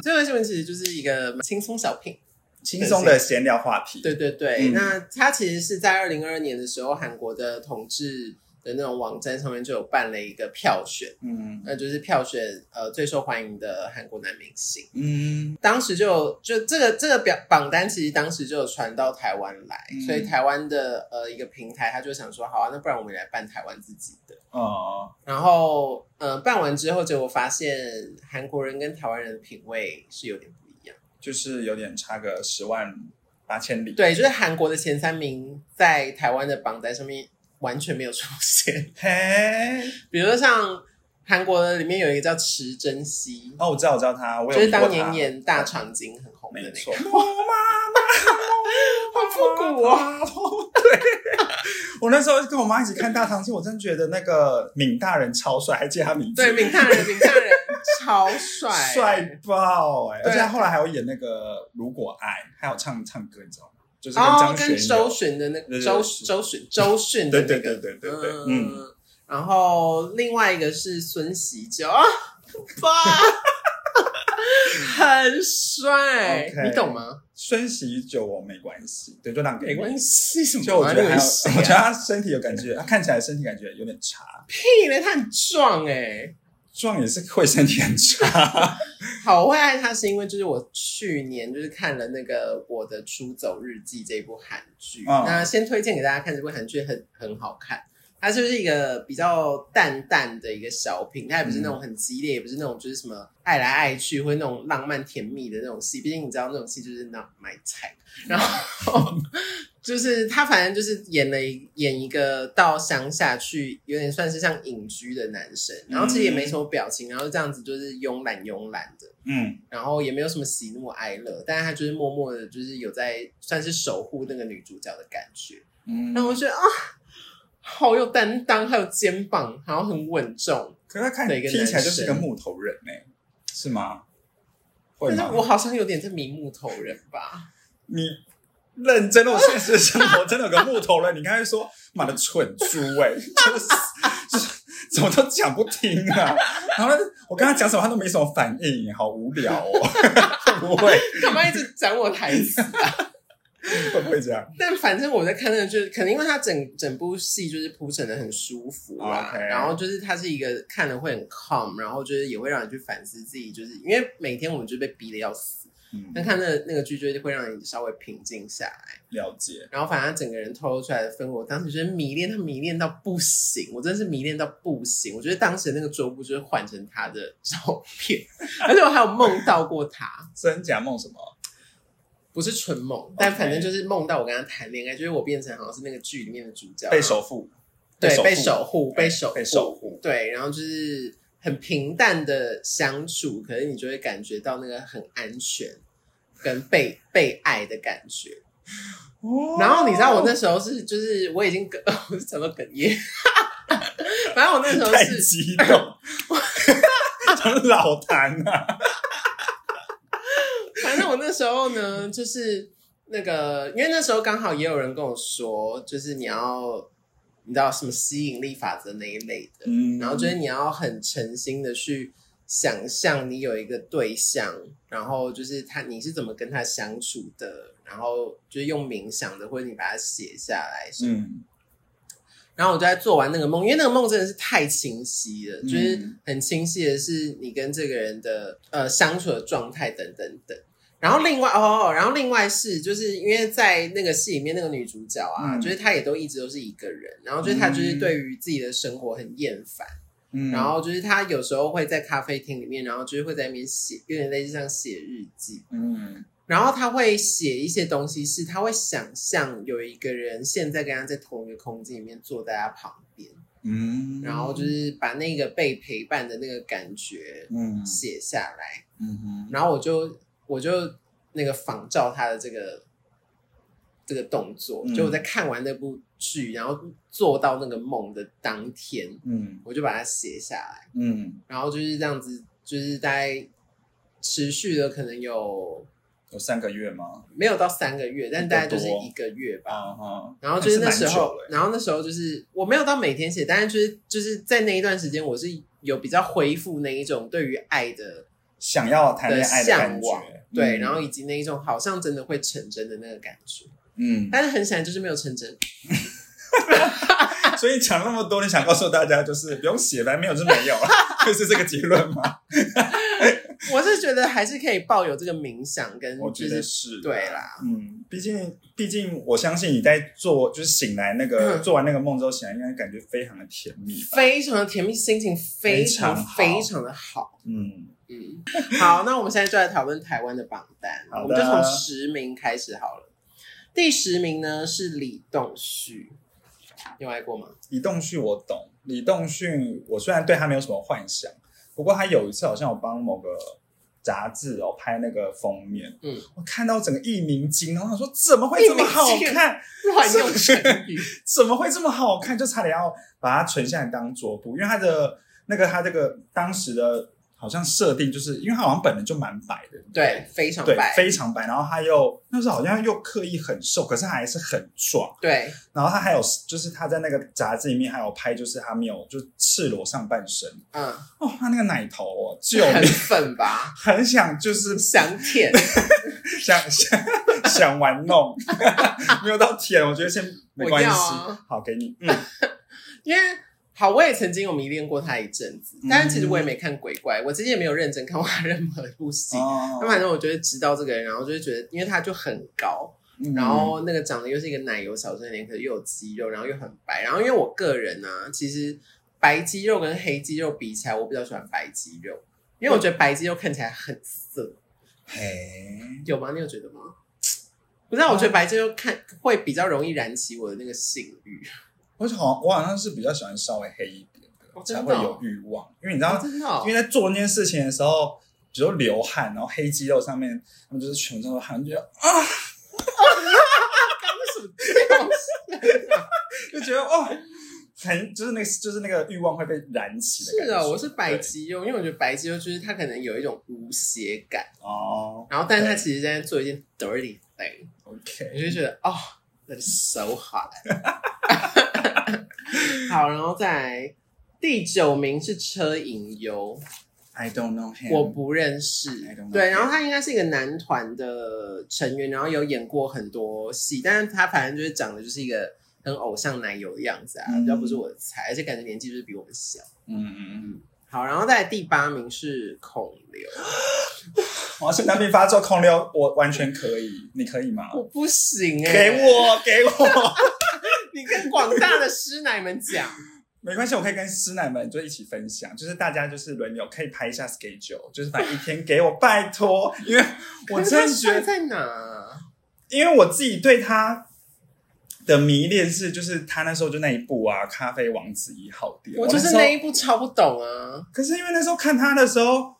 Speaker 2: 这个新闻其实就是一个轻松小品，
Speaker 1: 轻松的闲聊话题，
Speaker 2: 对对对，
Speaker 1: 嗯
Speaker 2: 那它其实是在二零二二年的时候，韩国的同志的那种网站上面就有办了一个票选，
Speaker 1: 嗯
Speaker 2: 那就是票选呃最受欢迎的韩国男明星。
Speaker 1: 嗯
Speaker 2: 当时就有就这个这个表榜单，其实当时就有传到台湾来，
Speaker 1: 嗯
Speaker 2: 所以台湾的呃一个平台，他就想说，好啊，那不然我们来办台湾自己的。
Speaker 1: 哦，
Speaker 2: 然后呃办完之后，结果发现韩国人跟台湾人的品味是有点不一样。
Speaker 1: 就是有点差个十万八千里。
Speaker 2: 对，就是韩国的前三名在台湾的榜单上面完全没有出现。
Speaker 1: 嘿，
Speaker 2: 比如说像韩国的里面有一个叫池珍熙，
Speaker 1: 哦，我知道，我知道他，我
Speaker 2: 就
Speaker 1: 有
Speaker 2: 是
Speaker 1: 遇
Speaker 2: 当
Speaker 1: 过
Speaker 2: 年
Speaker 1: 他，
Speaker 2: 演大长今很红的那
Speaker 1: 没
Speaker 2: 个，
Speaker 1: 错。
Speaker 2: 好复古哦。
Speaker 1: 啊！ 对，我那时候跟我妈一起看《大长今》，我真觉得那个闵大人超帅，还记得他名字？
Speaker 2: 对，闵大人，闵大 人超帅，
Speaker 1: 帅爆哎、
Speaker 2: 对
Speaker 1: 而且他后来还有演那个《如果爱》，还有唱唱歌，你知道吗？就是跟
Speaker 2: 哦
Speaker 1: 张，学
Speaker 2: 跟
Speaker 1: 友
Speaker 2: 周。璇的那
Speaker 1: 对
Speaker 2: 个
Speaker 1: 对
Speaker 2: 周
Speaker 1: 对
Speaker 2: 周璇周迅的
Speaker 1: 对
Speaker 2: 那个，
Speaker 1: 对对对对对，嗯，
Speaker 2: 嗯。然后另外一个是孙喜九啊，爸， 很帅
Speaker 1: OK
Speaker 2: 你懂吗？
Speaker 1: 孙喜酒我没关系，对，就让给
Speaker 2: 没
Speaker 1: 你
Speaker 2: 关系，什么
Speaker 1: 就我觉得还有，
Speaker 2: 关系啊
Speaker 1: 我觉得他身体有感觉，他看起来身体感觉有点差，
Speaker 2: 屁嘞，他很壮哎、
Speaker 1: 壮也是会身体很差。
Speaker 2: 好，我会爱他是因为就是我去年就是看了那个《我的出走日记》这部韩剧，
Speaker 1: 嗯
Speaker 2: 那先推荐给大家看这部韩剧很很好看。它就是一个比较淡淡的一个小品，它也不是那种很激烈，也不是那种就是什么爱来爱去或者那种浪漫甜蜜的那种戏。毕竟你知道那种戏就是 not my type。然后就是他反正就是演了一演一个到乡下去，有点算是像隐居的男生，然后其实也没什么表情，然后就这样子就是慵懒慵懒的。
Speaker 1: 嗯，
Speaker 2: 然后也没有什么喜怒哀乐，但是他就是默默的，就是有在算是守护那个女主角的感觉。
Speaker 1: 嗯
Speaker 2: 然后我觉得啊，好有担当，还有肩膀，然后很稳重。
Speaker 1: 可是他看
Speaker 2: 的一个
Speaker 1: 听起来就是一个
Speaker 2: 男生
Speaker 1: 木头人哎、是吗？会
Speaker 2: 但是
Speaker 1: 吗？
Speaker 2: 我好像有点在迷木头人吧？
Speaker 1: 你认真的，我现实生活真的有个木头人，你刚才说妈的蠢猪哎、 就是就是怎么都讲不听啊。然后呢我跟他讲什么，他都没什么反应，好无聊哦。 会不会
Speaker 2: 你干嘛一直讲我台词？
Speaker 1: 会不会这样？
Speaker 2: 但反正我在看那个，就是可能因为它整整部戏就是铺陈的很舒服啦
Speaker 1: OK
Speaker 2: 然后就是它是一个看了会很 calm，然后就是也会让你去反思自己，就是因为每天我们就被逼的要死，
Speaker 1: 嗯，
Speaker 2: 但看那个那个剧就是会让你稍微平静下来。
Speaker 1: 了解。
Speaker 2: 然后反正他整个人透露出来的氛围，我当时就是迷恋他，迷恋到不行，我真的是迷恋到不行。我觉得当时那个桌布就是换成他的照片，而且我还有梦到过他，
Speaker 1: 真假梦什么？
Speaker 2: 不是纯梦，但反正就是梦到我跟他谈恋爱，就是我变成好像是那个剧里面的主角，
Speaker 1: 被守护，
Speaker 2: 对被
Speaker 1: 被
Speaker 2: 守
Speaker 1: 守哎
Speaker 2: 护，被守
Speaker 1: 被
Speaker 2: 护
Speaker 1: 守护。
Speaker 2: 对，然后就是很平淡的相处，可是你就会感觉到那个很安全跟被被爱的感觉。
Speaker 1: 哦
Speaker 2: 然后你知道我那时候是，就是我已经哽， 我是讲到哽咽。反正我那时候
Speaker 1: 太
Speaker 2: 是，
Speaker 1: 激动，讲老痰啊。
Speaker 2: 反正我那时候呢，就是那个，因为那时候刚好也有人跟我说，就是你要，你知道什么吸引力法则那一类的，
Speaker 1: 嗯
Speaker 2: 然后就是你要很诚心的去想象你有一个对象，然后就是他你是怎么跟他相处的，然后就是用冥想的，或者你把它写下来什么
Speaker 1: 嗯，
Speaker 2: 然后我就在做完那个梦，因为那个梦真的是太清晰了，
Speaker 1: 嗯
Speaker 2: 就是很清晰的是你跟这个人的呃相处的状态等等等。然后另外哦，然后另外是就是因为在那个戏里面那个女主角啊，
Speaker 1: 嗯
Speaker 2: 就是她也都一直都是一个人，然后就是她就是
Speaker 1: 嗯
Speaker 2: 对于自己的生活很厌烦，
Speaker 1: 嗯
Speaker 2: 然后就是她有时候会在咖啡厅里面，然后就是会在那边写，有点类似像写日记，
Speaker 1: 嗯
Speaker 2: 然后他会写一些东西，是他会想象有一个人现在跟他在同一个空间里面坐在他旁边，
Speaker 1: 嗯，
Speaker 2: 然后就是把那个被陪伴的那个感觉
Speaker 1: 嗯
Speaker 2: 写下来，
Speaker 1: 嗯哼
Speaker 2: 然后我就我就那个仿照他的这个这个动作，
Speaker 1: 嗯
Speaker 2: 就我在看完那部剧，然后做到那个梦的当天，
Speaker 1: 嗯
Speaker 2: 我就把它写下来。
Speaker 1: 嗯，
Speaker 2: 然后就是这样子，就是大概持续了可能有
Speaker 1: 有三个月吗？
Speaker 2: 没有到三个月，但大概就是一个月吧。
Speaker 1: 啊哈，
Speaker 2: 然后就是那时
Speaker 1: 还是蛮
Speaker 2: 候
Speaker 1: 久了，欸
Speaker 2: 然后那时候就是我没有到每天写，但是就是就是在那一段时间，我是有比较恢复那一种对于爱的
Speaker 1: 想要谈恋爱的
Speaker 2: 向
Speaker 1: 感
Speaker 2: 往
Speaker 1: 觉，，
Speaker 2: 对，
Speaker 1: 嗯
Speaker 2: 然后以及那一种好像真的会成真的那个感觉，
Speaker 1: 嗯，
Speaker 2: 但是很显然就是没有成真。
Speaker 1: 所以讲那么多，你想告诉大家就是不用写，反正没有就 没有了，就是这个结论吗？
Speaker 2: 我是觉得还是可以抱有这个冥想跟
Speaker 1: 我
Speaker 2: 就
Speaker 1: 觉得
Speaker 2: 是
Speaker 1: 是，
Speaker 2: 对啦，
Speaker 1: 嗯，毕竟毕竟我相信你在做，就是醒来那个
Speaker 2: 嗯
Speaker 1: 做完那个梦之后醒来，应该感觉非常的甜蜜吧？
Speaker 2: 非常的甜蜜，心情非
Speaker 1: 非
Speaker 2: 常
Speaker 1: 常好
Speaker 2: 非常的好。
Speaker 1: 嗯，
Speaker 2: 嗯，好，那我们现在就来讨论台湾的榜单，
Speaker 1: 好的
Speaker 2: 我们就从十名开始好了。第十名呢是李栋旭，有来过吗？
Speaker 1: 李栋旭我懂，李栋旭我虽然对他没有什么幻想，不过他有一次好像有帮某个杂志哦拍那个封面，
Speaker 2: 嗯，
Speaker 1: 我看到整个一鸣惊，然后想说怎么会这么好
Speaker 2: 一鸣惊
Speaker 1: 看？
Speaker 2: 乱用成语，
Speaker 1: 怎么会这么好看？就差点要把它存下来当桌布，因为它的那个它这个当时的好像设定，就是因为它好像本人就蛮白的，
Speaker 2: 对，非常
Speaker 1: 对，
Speaker 2: 白，
Speaker 1: 非常白。然后他又那时候好像又刻意很瘦，可是他还是很壮。
Speaker 2: 对，
Speaker 1: 然后他还有就是他在那个杂志里面还有拍，就是他没有就赤裸上半身
Speaker 2: 嗯，
Speaker 1: 哦，他那个奶头哦，救
Speaker 2: 很
Speaker 1: 命！
Speaker 2: 粉吧，
Speaker 1: 很想就是
Speaker 2: 想舔，
Speaker 1: 想想想玩弄， 没有到舔，我觉得先 没关系，
Speaker 2: 我要啊
Speaker 1: 好给 你，嗯，
Speaker 2: 因为。好，我也曾经有迷恋过他一阵子，
Speaker 1: 嗯
Speaker 2: 但是其实我也没看鬼怪，我之前也没有认真看过他任何一部戏。
Speaker 1: 哦
Speaker 2: 那反正我就会知道这个人，然后就会觉得，因为他就很高，
Speaker 1: 嗯
Speaker 2: 然后那个长得又是一个奶油小生脸，可是又有肌肉，然后又很白。然后因为我个人呢、啊，其实白肌肉跟黑肌肉比起来，我比较喜欢白肌肉，因为我觉得白肌肉看起来很色，
Speaker 1: 嘿，
Speaker 2: 有吗？你有觉得吗？不知道，我
Speaker 1: 哦
Speaker 2: 觉得白肌肉看会比较容易燃起我的那个性欲。
Speaker 1: 我好像我好像是比较喜欢稍微黑一点的，
Speaker 2: 哦真
Speaker 1: 才
Speaker 2: 的
Speaker 1: 会有
Speaker 2: 哦
Speaker 1: 欲望，因为你知道，
Speaker 2: 真的、哦
Speaker 1: 因为，在做那件事情的时候，比如说流汗，然后黑肌肉上面，他们就是全身都汗，就觉得
Speaker 2: 刚刚是什么东西啊
Speaker 1: 就觉得哦，很就是那个就是那个欲望会被燃起的感
Speaker 2: 是
Speaker 1: 觉。
Speaker 2: 啊，我是白
Speaker 1: 对
Speaker 2: 肌肉，因为我觉得白肌肉就是它可能有一种无邪感，
Speaker 1: 哦
Speaker 2: 然后但是它
Speaker 1: 对
Speaker 2: 其实在做一件 dirty thing。
Speaker 1: ，OK，
Speaker 2: 我就觉得哦，that is so hot。好，然后再来第九名是车银优，
Speaker 1: I don't know him，
Speaker 2: 我不认识
Speaker 1: I don't know。
Speaker 2: 对，
Speaker 1: him
Speaker 2: 然后他应该是一个男团的成员，然后有演过很多戏，但是他反正就是长得就是一个很偶像奶油的样子啊，
Speaker 1: 嗯
Speaker 2: 比较不是我的菜，而且感觉年纪就是比我们小。
Speaker 1: 嗯嗯嗯，
Speaker 2: 好，然后再来第八名是孔刘，
Speaker 1: 我要是男频发作控流，我完全可以，你可以吗？
Speaker 2: 我不行哎、
Speaker 1: 给，我，给我，
Speaker 2: 你跟广大的师奶们讲，
Speaker 1: 没关系，我可以跟师奶们就一起分享，就是大家就是轮流可以排一下 schedule，就是把一天给我，拜托，因为我
Speaker 2: 可是
Speaker 1: 真
Speaker 2: 他
Speaker 1: 的觉
Speaker 2: 帅
Speaker 1: 得，
Speaker 2: 在哪啊？
Speaker 1: 因为我自己对他的迷恋是，就是他那时候就那一部啊，《咖啡王子一号店》，
Speaker 2: 我就
Speaker 1: 那
Speaker 2: 是那
Speaker 1: 时候
Speaker 2: 一部超不懂啊，
Speaker 1: 可是因为那时候看他的时候，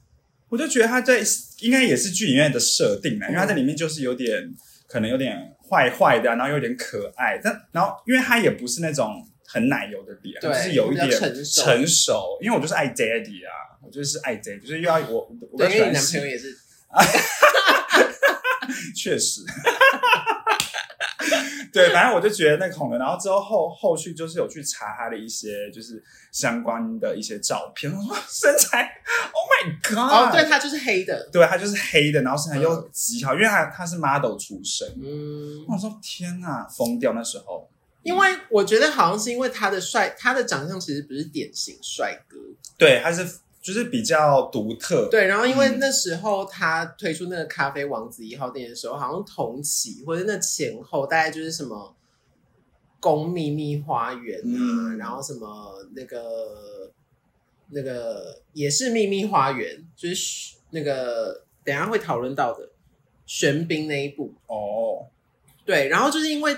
Speaker 1: 我就觉得他在应该也是剧里面的设定啊啦，
Speaker 2: 嗯
Speaker 1: 因为他在里面就是有点可能有点坏坏的啊、然后有点可爱，但然后因为他也不是那种很奶油的脸，啊
Speaker 2: 对
Speaker 1: 就是有一点
Speaker 2: 比较成熟
Speaker 1: 成熟因为我就是爱 daddy 啊，我就是爱 daddy，就是又要我我
Speaker 2: 对，
Speaker 1: 比
Speaker 2: 因
Speaker 1: 较
Speaker 2: 为你男
Speaker 1: 喜
Speaker 2: 朋友
Speaker 1: 欢
Speaker 2: 也是，
Speaker 1: 确实。 对，反正我就觉得那个孔刘，然后之后后后续就是有去查他的一些就是相关的一些照片，我说身材，Oh my God！
Speaker 2: 哦，对，他就是黑的，
Speaker 1: 对，他就是黑的，然后身材又极好，因为他他是 model 出身。
Speaker 2: 嗯，
Speaker 1: 我说天哪，疯掉那时候。
Speaker 2: 因为我觉得好像是因为他的帅，他的长相其实不是典型帅哥，
Speaker 1: 对，他是就是比较独特。，
Speaker 2: 对，然后因为
Speaker 1: 嗯
Speaker 2: 那时候他推出那个咖啡王子一号店的时候，好像同期或者那前后大概就是什么宫秘密花园啊，
Speaker 1: 嗯
Speaker 2: 然后什么那个那个也是秘密花园，就是那个等一下会讨论到的玄彬那一部，
Speaker 1: 哦，
Speaker 2: 对，然后就是因为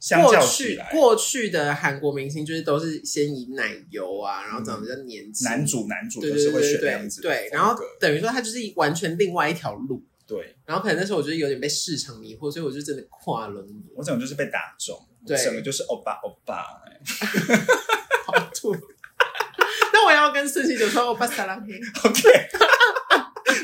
Speaker 1: 相
Speaker 2: 过
Speaker 1: 较起
Speaker 2: 去
Speaker 1: 来，
Speaker 2: 过去的韩国明星就是都是先以奶油啊，然后长得比较年轻，
Speaker 1: 男主男主
Speaker 2: 对
Speaker 1: 就
Speaker 2: 对
Speaker 1: 是会
Speaker 2: 对对
Speaker 1: 选那样
Speaker 2: 对
Speaker 1: 子的
Speaker 2: 对，
Speaker 1: 风
Speaker 2: 然后
Speaker 1: 格
Speaker 2: 等于说他就是完全另外一条路，
Speaker 1: 对
Speaker 2: 然后可能那时候我觉得有点被市场迷惑，所以我就真的跨了你，
Speaker 1: 我整个就是被打中，
Speaker 2: 对
Speaker 1: 整个就是欧巴欧巴、 哎
Speaker 2: 好吐。 那我要跟孙熙九说，我巴萨拉黑，
Speaker 1: OK，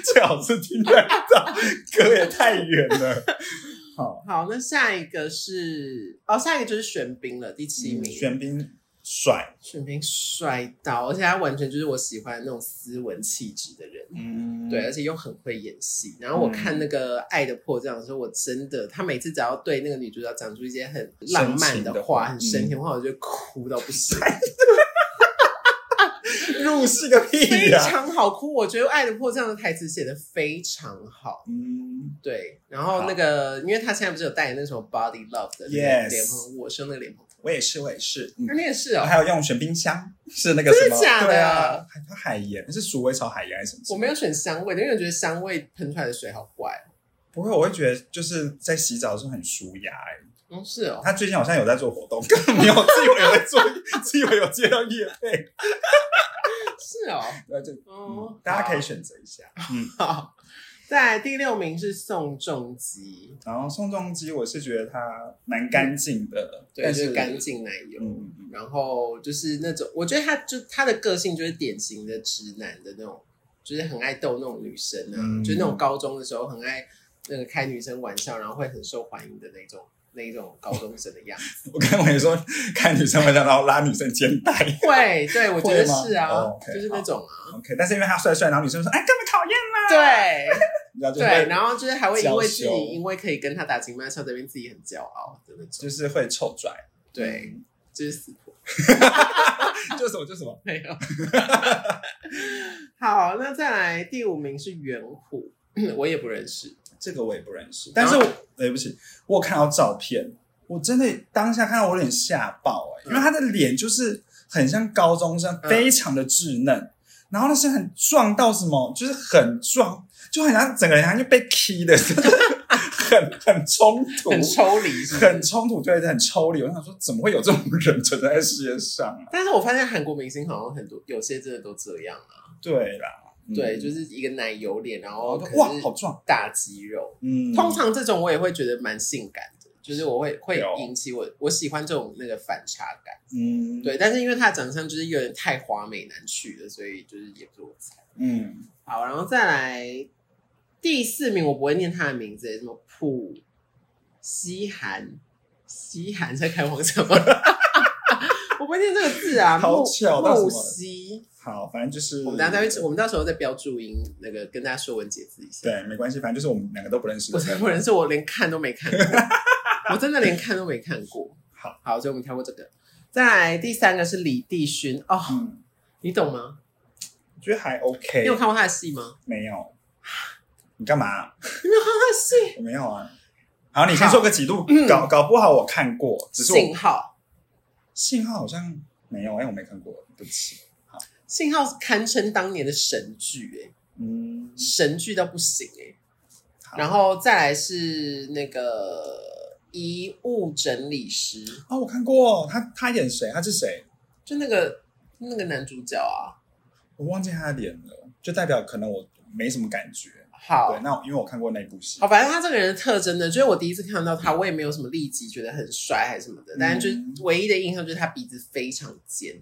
Speaker 1: 最好是听得到，歌也太远了。 好，
Speaker 2: 好，那下一个是哦，下一个就是玄彬了，第七
Speaker 1: 嗯
Speaker 2: 名。
Speaker 1: 玄彬帅，
Speaker 2: 玄彬帅到，而且他完全就是我喜欢的那种斯文气质的人。
Speaker 1: 嗯，
Speaker 2: 对，而且又很会演戏。然后我看那个《爱的迫降》的时候，我真的，他每次只要对那个女主角讲出一些很浪漫
Speaker 1: 深情的
Speaker 2: 话、
Speaker 1: 话嗯
Speaker 2: 很深情的话，我就哭到不行，
Speaker 1: 入戏个屁
Speaker 2: 非
Speaker 1: 呀、
Speaker 2: 常好哭。我觉得《爱的迫降》的台词写的非常好。
Speaker 1: 嗯。
Speaker 2: 对，然后那个，因为他现在不是有代言那什么 Body Love 的那个
Speaker 1: Yes
Speaker 2: 脸盆我是那个脸盆，
Speaker 1: 我也是，我也是。嗯
Speaker 2: 那，你也是哦
Speaker 1: 我，还有用选冰箱，是那个什么？
Speaker 2: 真的假的
Speaker 1: 对啊，海海盐是鼠尾草海盐还是什么？
Speaker 2: 我没有选香味的，因为我觉得香味喷出来的水好怪哦。
Speaker 1: 不会，我会觉得就是在洗澡的时候很舒压、欸。
Speaker 2: 哦，是哦，
Speaker 1: 他最近好像有在做活动，没有自以为有在做， 自以为有接到业配，
Speaker 2: 是哦，
Speaker 1: 对，就、
Speaker 2: 哦
Speaker 1: 嗯，大家可以选择一下。嗯，
Speaker 2: 好。好再来第六名是宋仲基，
Speaker 1: 然后宋仲基，我是觉得他蛮干净的，
Speaker 2: 嗯对，
Speaker 1: 但
Speaker 2: 就是是干。净奶油。
Speaker 1: 嗯嗯嗯，
Speaker 2: 然后就是那种，我觉得他就他的个性就是典型的直男的那种，就是很爱逗那种女生啊，
Speaker 1: 嗯
Speaker 2: 就是那种高中的时候很爱那个开女生玩笑，然后会很受欢迎的那种那一种高中生的 样子。
Speaker 1: 我刚才说看女生会这样，然后拉女生肩带。
Speaker 2: 会，对我觉得是啊，
Speaker 1: 会吗哦，OK，
Speaker 2: 就是那种啊，
Speaker 1: OK，但是因为他帅帅，然后女生说：“哎，根本讨厌
Speaker 2: 对
Speaker 1: 啦。”然后就
Speaker 2: 对，
Speaker 1: 会
Speaker 2: 然后就是还会因为自
Speaker 1: 娇羞
Speaker 2: 己因为可以跟他打情骂俏，这边自己很骄傲的那种，
Speaker 1: 就是嗯会臭拽。
Speaker 2: 对，就是死婆。嗯
Speaker 1: 就是什么就什么，
Speaker 2: 没有。 好，那再来第五名是圆虎， 我也不认识。
Speaker 1: 这个我也不认识。但是我对不起，我有看到照片，我真的当下看到我有点吓爆哎、
Speaker 2: 嗯
Speaker 1: 因为他的脸就是很像高中生，
Speaker 2: 嗯
Speaker 1: 非常的稚嫩，然后那是很壮到什么，就是很壮，就很像整个人好像就被踢的， 就是很很冲突，
Speaker 2: 很抽离是不是
Speaker 1: 很冲突，对，很抽离。我想说，怎么会有这种人存在世界上啊？
Speaker 2: 但是我发现韩国明星好像很多，有些真的都这样啊。
Speaker 1: 对啦，嗯
Speaker 2: 对，就是一个奶油脸，然后可是
Speaker 1: 哇，好壮，
Speaker 2: 大肌肉。
Speaker 1: 嗯，
Speaker 2: 通常这种我也会觉得蛮性感的，就是我会嗯会哦
Speaker 1: 有
Speaker 2: 引起我我喜欢这种那个反差感。
Speaker 1: 嗯，
Speaker 2: 对，但是因为他的长相就是有点太华美男去了，所以就是也不是我菜。
Speaker 1: 嗯，
Speaker 2: 好，然后再来第四名，我不会念他的名字，什么普西韩，西韩在开黄腔吗？ 我不会念这个字啊，
Speaker 1: 好
Speaker 2: 木
Speaker 1: 巧到什么嗯
Speaker 2: 木西，
Speaker 1: 好，反正就是
Speaker 2: 我们大家会，我们到时候再标注音，那个跟大家说文解字 一下。
Speaker 1: 对，没关系，反正就是我们两个都不认识
Speaker 2: 我
Speaker 1: 的。
Speaker 2: 真的不认识，我连看都没 看过，我真的连看都没看过。
Speaker 1: 好，
Speaker 2: 好，所以我们跳过这个。再来第三个是李帝勋哦，
Speaker 1: 嗯，
Speaker 2: 你懂吗？
Speaker 1: 我觉得还 OK
Speaker 2: 你有。看过他的戏吗？
Speaker 1: 没有，你干嘛？啊
Speaker 2: 你没有看过他的戏？
Speaker 1: 我没有啊。好，你先说个几度，搞搞不好我看过，只是我
Speaker 2: 嗯信号。
Speaker 1: 信号好像没有，哎，我没看过，对不起。
Speaker 2: 信号堪称当年的神剧、欸，
Speaker 1: 嗯，
Speaker 2: 神剧到不行、欸，
Speaker 1: 好
Speaker 2: 然后再来是那个遗物整理师，
Speaker 1: 哦，我看过，他他演谁？他是谁？
Speaker 2: 就那个那个男主角啊。
Speaker 1: 我忘记他的脸了，就代表可能我没什么感觉。对，
Speaker 2: 好，
Speaker 1: 那因为我看过那部戏
Speaker 2: 好，，反正他这个人的特征呢，就是我第一次看到他，我也没有什么立即觉得很帅还是什么的，
Speaker 1: 嗯
Speaker 2: 但是就是唯一的印象就是他鼻子非常尖，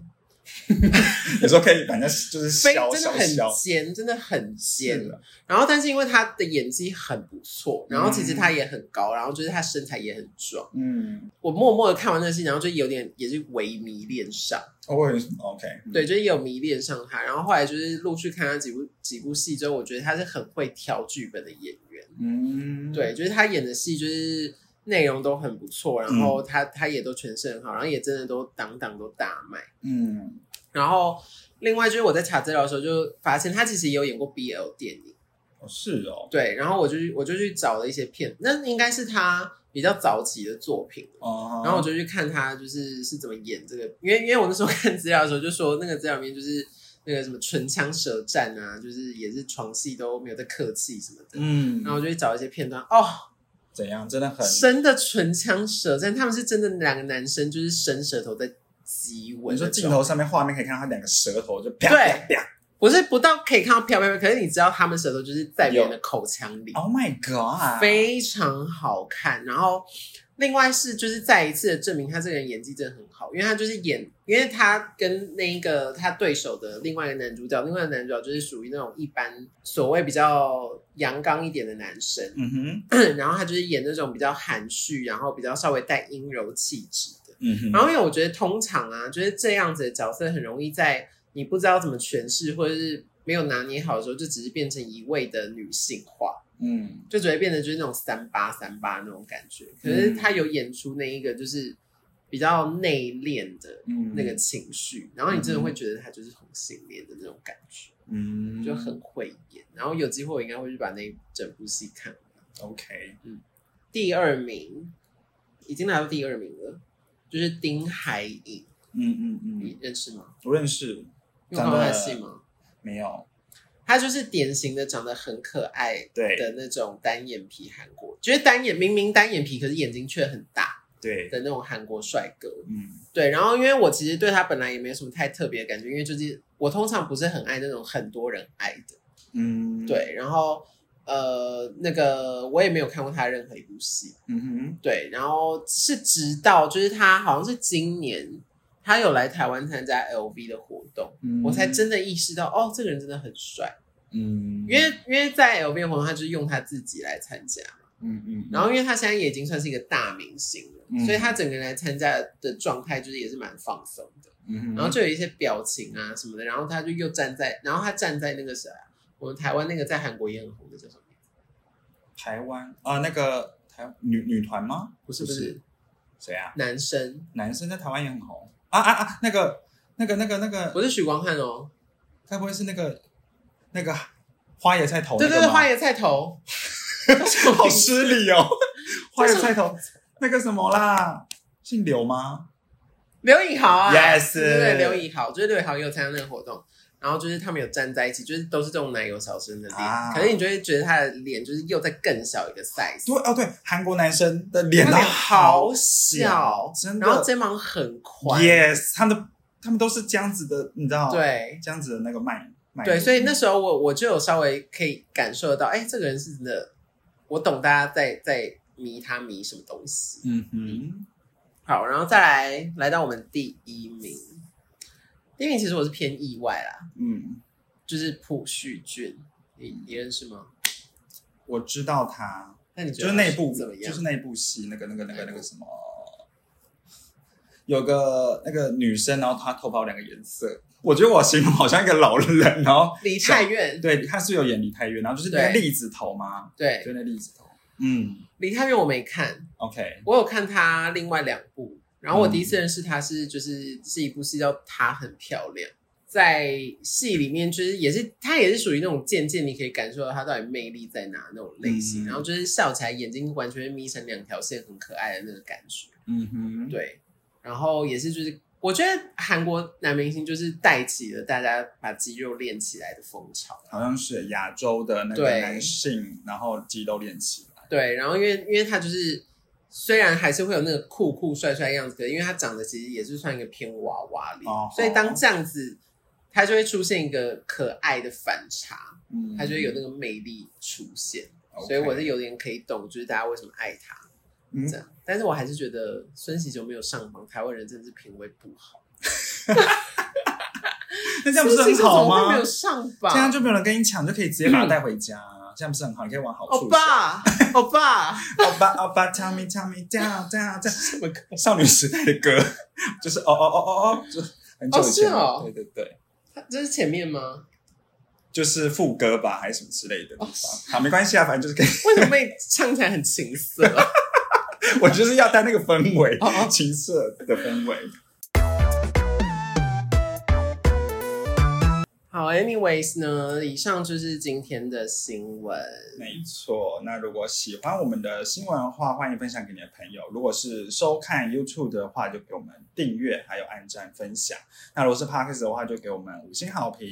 Speaker 1: 有时候可以反正就是
Speaker 2: 非
Speaker 1: 削
Speaker 2: 真的
Speaker 1: 削
Speaker 2: 很
Speaker 1: 削。
Speaker 2: 尖，真的很尖
Speaker 1: 是。的
Speaker 2: 然后，但是因为他的演技很不错，然后其实
Speaker 1: 嗯
Speaker 2: 他也很高，然后就是他身材也很壮。
Speaker 1: 嗯，
Speaker 2: 我默默的看完那个戏，然后就有点也是微迷恋上，
Speaker 1: 哦我也 OK，嗯
Speaker 2: 对，就是也有迷恋上他。然后后来就是陆续看他几部几部戏之后，我觉得他是很会挑剧本的演员，
Speaker 1: 嗯，
Speaker 2: 对，就是他演的戏就是内容都很不错，然
Speaker 1: 嗯
Speaker 2: 后他、他也都诠释很好，然后也真的都档档都大卖。
Speaker 1: 嗯，
Speaker 2: 然后另外就是我在查资料的时候就发现他其实也有演过 BL 电影，
Speaker 1: 哦是哦，
Speaker 2: 对，然后我就去我就去找了一些片，那应该是他比较早期的作品了。
Speaker 1: 哦，
Speaker 2: 然后我就去看他就是是怎么演这个，因为因为我那时候看资料的时候就说那个资料里面就是那个什么唇枪舌战啊，就是也是床戏都没有在客气什么的。
Speaker 1: 嗯，
Speaker 2: 然后我就去找一些片段，哦，
Speaker 1: 怎样？真的很
Speaker 2: 真的唇枪舌战，他们是真的两个男生就是伸舌头在激吻
Speaker 1: 你
Speaker 2: 那
Speaker 1: 说
Speaker 2: 种，
Speaker 1: 镜头上面画面可以看到他两个舌头就啪啪
Speaker 2: 对
Speaker 1: 啪
Speaker 2: 不是不到可以看到飘飘飘，可是你知道他们舌头就是在别人的口腔里，
Speaker 1: ，Oh my God！
Speaker 2: 非常好看。然后另外是就是再一次的证明他这个人演技真的很好，因为他就是演，因为他跟那一个他对手的另外一个男主角，另外一个男主角就是属于那种一般所谓比较阳刚一点的男生，
Speaker 1: 嗯哼，
Speaker 2: 然后他就是演那种比较含蓄，然后比较稍微带阴柔气质的。
Speaker 1: 嗯哼，
Speaker 2: 然后因为我觉得通常啊，就是这样子的角色很容易在你不知道怎么诠释或者是没有拿捏好的时候，就只是变成一味的女性化。
Speaker 1: 嗯
Speaker 2: 就只会变得就是那种三八三八那种感觉。可是
Speaker 1: 嗯
Speaker 2: 他有演出那一个就是比较内敛的
Speaker 1: 嗯
Speaker 2: 那个情绪，然后你真的会觉得他就是同性恋的那种感觉，
Speaker 1: 嗯
Speaker 2: 就很会演。然后有机会我应该会去把那一整部戏看完。
Speaker 1: OK，
Speaker 2: 第二名已经拿到第二名了，就是丁海寅，
Speaker 1: 嗯嗯嗯，
Speaker 2: 你认识吗？
Speaker 1: 我认识，
Speaker 2: 你有看过他的戏吗？
Speaker 1: 没有，
Speaker 2: 他就是典型的长得很可爱
Speaker 1: 对
Speaker 2: 的那种单眼皮韩国，就是单眼明明单眼皮，可是眼睛却很大
Speaker 1: 对，
Speaker 2: 的那种韩国帅哥。
Speaker 1: 嗯
Speaker 2: 对，然后因为我其实对他本来也没什么太特别的感觉，因为就是我通常不是很爱那种很多人爱的。
Speaker 1: 嗯，，
Speaker 2: 对，然后呃，那个我也没有看过他任何一部戏。
Speaker 1: 嗯哼，
Speaker 2: 对，然后是直到就是他好像是今年他有来台湾参加 LV 的活动，
Speaker 1: 嗯
Speaker 2: 我才，真的意识到哦，这个人真的很帅。
Speaker 1: 嗯，
Speaker 2: 因为因为在 LV 的活动，他就是用他自己来参加，
Speaker 1: 嗯嗯，
Speaker 2: 然后因为他现在也已经算是一个大明星了，
Speaker 1: 嗯
Speaker 2: 所以他整个人来参加的状态就是也是蛮放松的。
Speaker 1: 嗯哼，
Speaker 2: 然后就有一些表情啊什么的，然后他就又站在，然后他站在那个谁啊，我们台湾那个在韩国也很红的叫什么名字？
Speaker 1: 台湾啊，那个台女女团吗？
Speaker 2: 不是不是，
Speaker 1: 谁啊？
Speaker 2: 男生，
Speaker 1: 男生在台湾也很红啊啊啊！那个那个那个那个，
Speaker 2: 不是许光汉哦，
Speaker 1: 该不会是那个那个花椰菜头哦那
Speaker 2: 对
Speaker 1: 个
Speaker 2: 对对，
Speaker 1: 吗
Speaker 2: 花椰 菜头，叫什么
Speaker 1: 好
Speaker 2: 名字
Speaker 1: 失礼哦，花椰菜头那个什么啦，姓刘吗？
Speaker 2: 刘以豪啊
Speaker 1: Yes
Speaker 2: 对对对，刘以豪，就是刘以豪也有参加那个活动，然后就是他们有站在一起，就是都是这种奶油小生的脸，
Speaker 1: 啊
Speaker 2: 可能你就会觉得他的脸就是又在更小一个 size，
Speaker 1: 对哦，对，韩国男生的脸
Speaker 2: 他
Speaker 1: 都
Speaker 2: 脸好
Speaker 1: 小
Speaker 2: 小，
Speaker 1: 真的
Speaker 2: 然后肩膀很宽
Speaker 1: Yes，他们的他们都是这样子的，你知道？，
Speaker 2: 对，
Speaker 1: 这样子的那个脉脉络。
Speaker 2: 对，所以那时候我我就有稍微可以感受得到，哎、这个人是真的，我懂大家在在迷他迷什么东西。
Speaker 1: 嗯哼，
Speaker 2: 好，然后再来来到我们第一名，第一名其实我是偏意外啦，
Speaker 1: 嗯，
Speaker 2: 就是朴叙俊，你你认识吗？
Speaker 1: 我知道他，
Speaker 2: 那你觉
Speaker 1: 就
Speaker 2: 得
Speaker 1: 是
Speaker 2: 他
Speaker 1: 那部，
Speaker 2: 怎么样？
Speaker 1: 就是那部戏，那个那个那个那个什么，有个那个女生，然后她头发有两个颜色，我觉得我形容好像一个老人，然后
Speaker 2: 梨泰院，
Speaker 1: 对，她是有演梨泰院，然后就是那个
Speaker 2: 对
Speaker 1: 栗子头吗？
Speaker 2: 对，
Speaker 1: 就那栗子头，嗯
Speaker 2: 梨泰院我没看，
Speaker 1: ，OK，
Speaker 2: 我有看他另外两部，然后我
Speaker 1: 嗯
Speaker 2: 第一次认识他是就是是一部戏叫《她很漂亮》，在戏里面就是也是她也是属于那种渐渐你可以感受到她到底魅力在哪那种类
Speaker 1: 嗯
Speaker 2: 型，然后就是笑起来眼睛完全眯成两条线，很可爱的那个感觉。
Speaker 1: 嗯哼，
Speaker 2: 对，然后也是就是我觉得韩国男明星就是带起了大家把肌肉练起来的风潮。啊
Speaker 1: 好像是亚洲的那个
Speaker 2: 对
Speaker 1: 男性，然后肌肉练起来，
Speaker 2: 对，然后因为因为他就是虽然还是会有那个酷酷帅帅的样子，可是因为他长得其实也是算一个偏娃娃脸，
Speaker 1: 哦
Speaker 2: 所以当这样子，他就会出现一个可爱的反差，
Speaker 1: 嗯，
Speaker 2: 他就会有那个魅力出现。
Speaker 1: OK，
Speaker 2: 所以我是有点可以懂，就是大家为什么爱他
Speaker 1: 嗯
Speaker 2: 这，样。但是我还是觉得孙喜九没有上榜，台湾人真的是品味不好。
Speaker 1: 那这
Speaker 2: 这
Speaker 1: 样不是很好吗
Speaker 2: 没有？上榜，
Speaker 1: 这样就没有人跟你抢，就可以直接把它带回家，这样不是很好？你可以往好
Speaker 2: 欧
Speaker 1: 处想。
Speaker 2: 巴，欧巴，
Speaker 1: 欧巴欧巴，tell me tell me，这样这样这样，
Speaker 2: 什么歌？
Speaker 1: 少女时代的歌，就是哦哦哦哦哦，就很久以前，
Speaker 2: 哦是哦
Speaker 1: 对对对，
Speaker 2: 他这是前面吗？
Speaker 1: 就是副歌吧，还是什么之类的地方。
Speaker 2: 哦是
Speaker 1: 好，没关系啊，反正就是可以，
Speaker 2: 为什么被唱起来很情色啊？
Speaker 1: 我就是要带那个氛围，
Speaker 2: 哦哦
Speaker 1: 情色的氛围。
Speaker 2: 好，anyways 呢，以上就是今天的新闻。
Speaker 1: 没错，那如果喜欢我们的新闻的话，欢迎分享给你的朋友。如果是收看 YouTube 的话，就给我们订阅，还有按赞分享。那如果是 Podcast 的话，就给我们五星好评。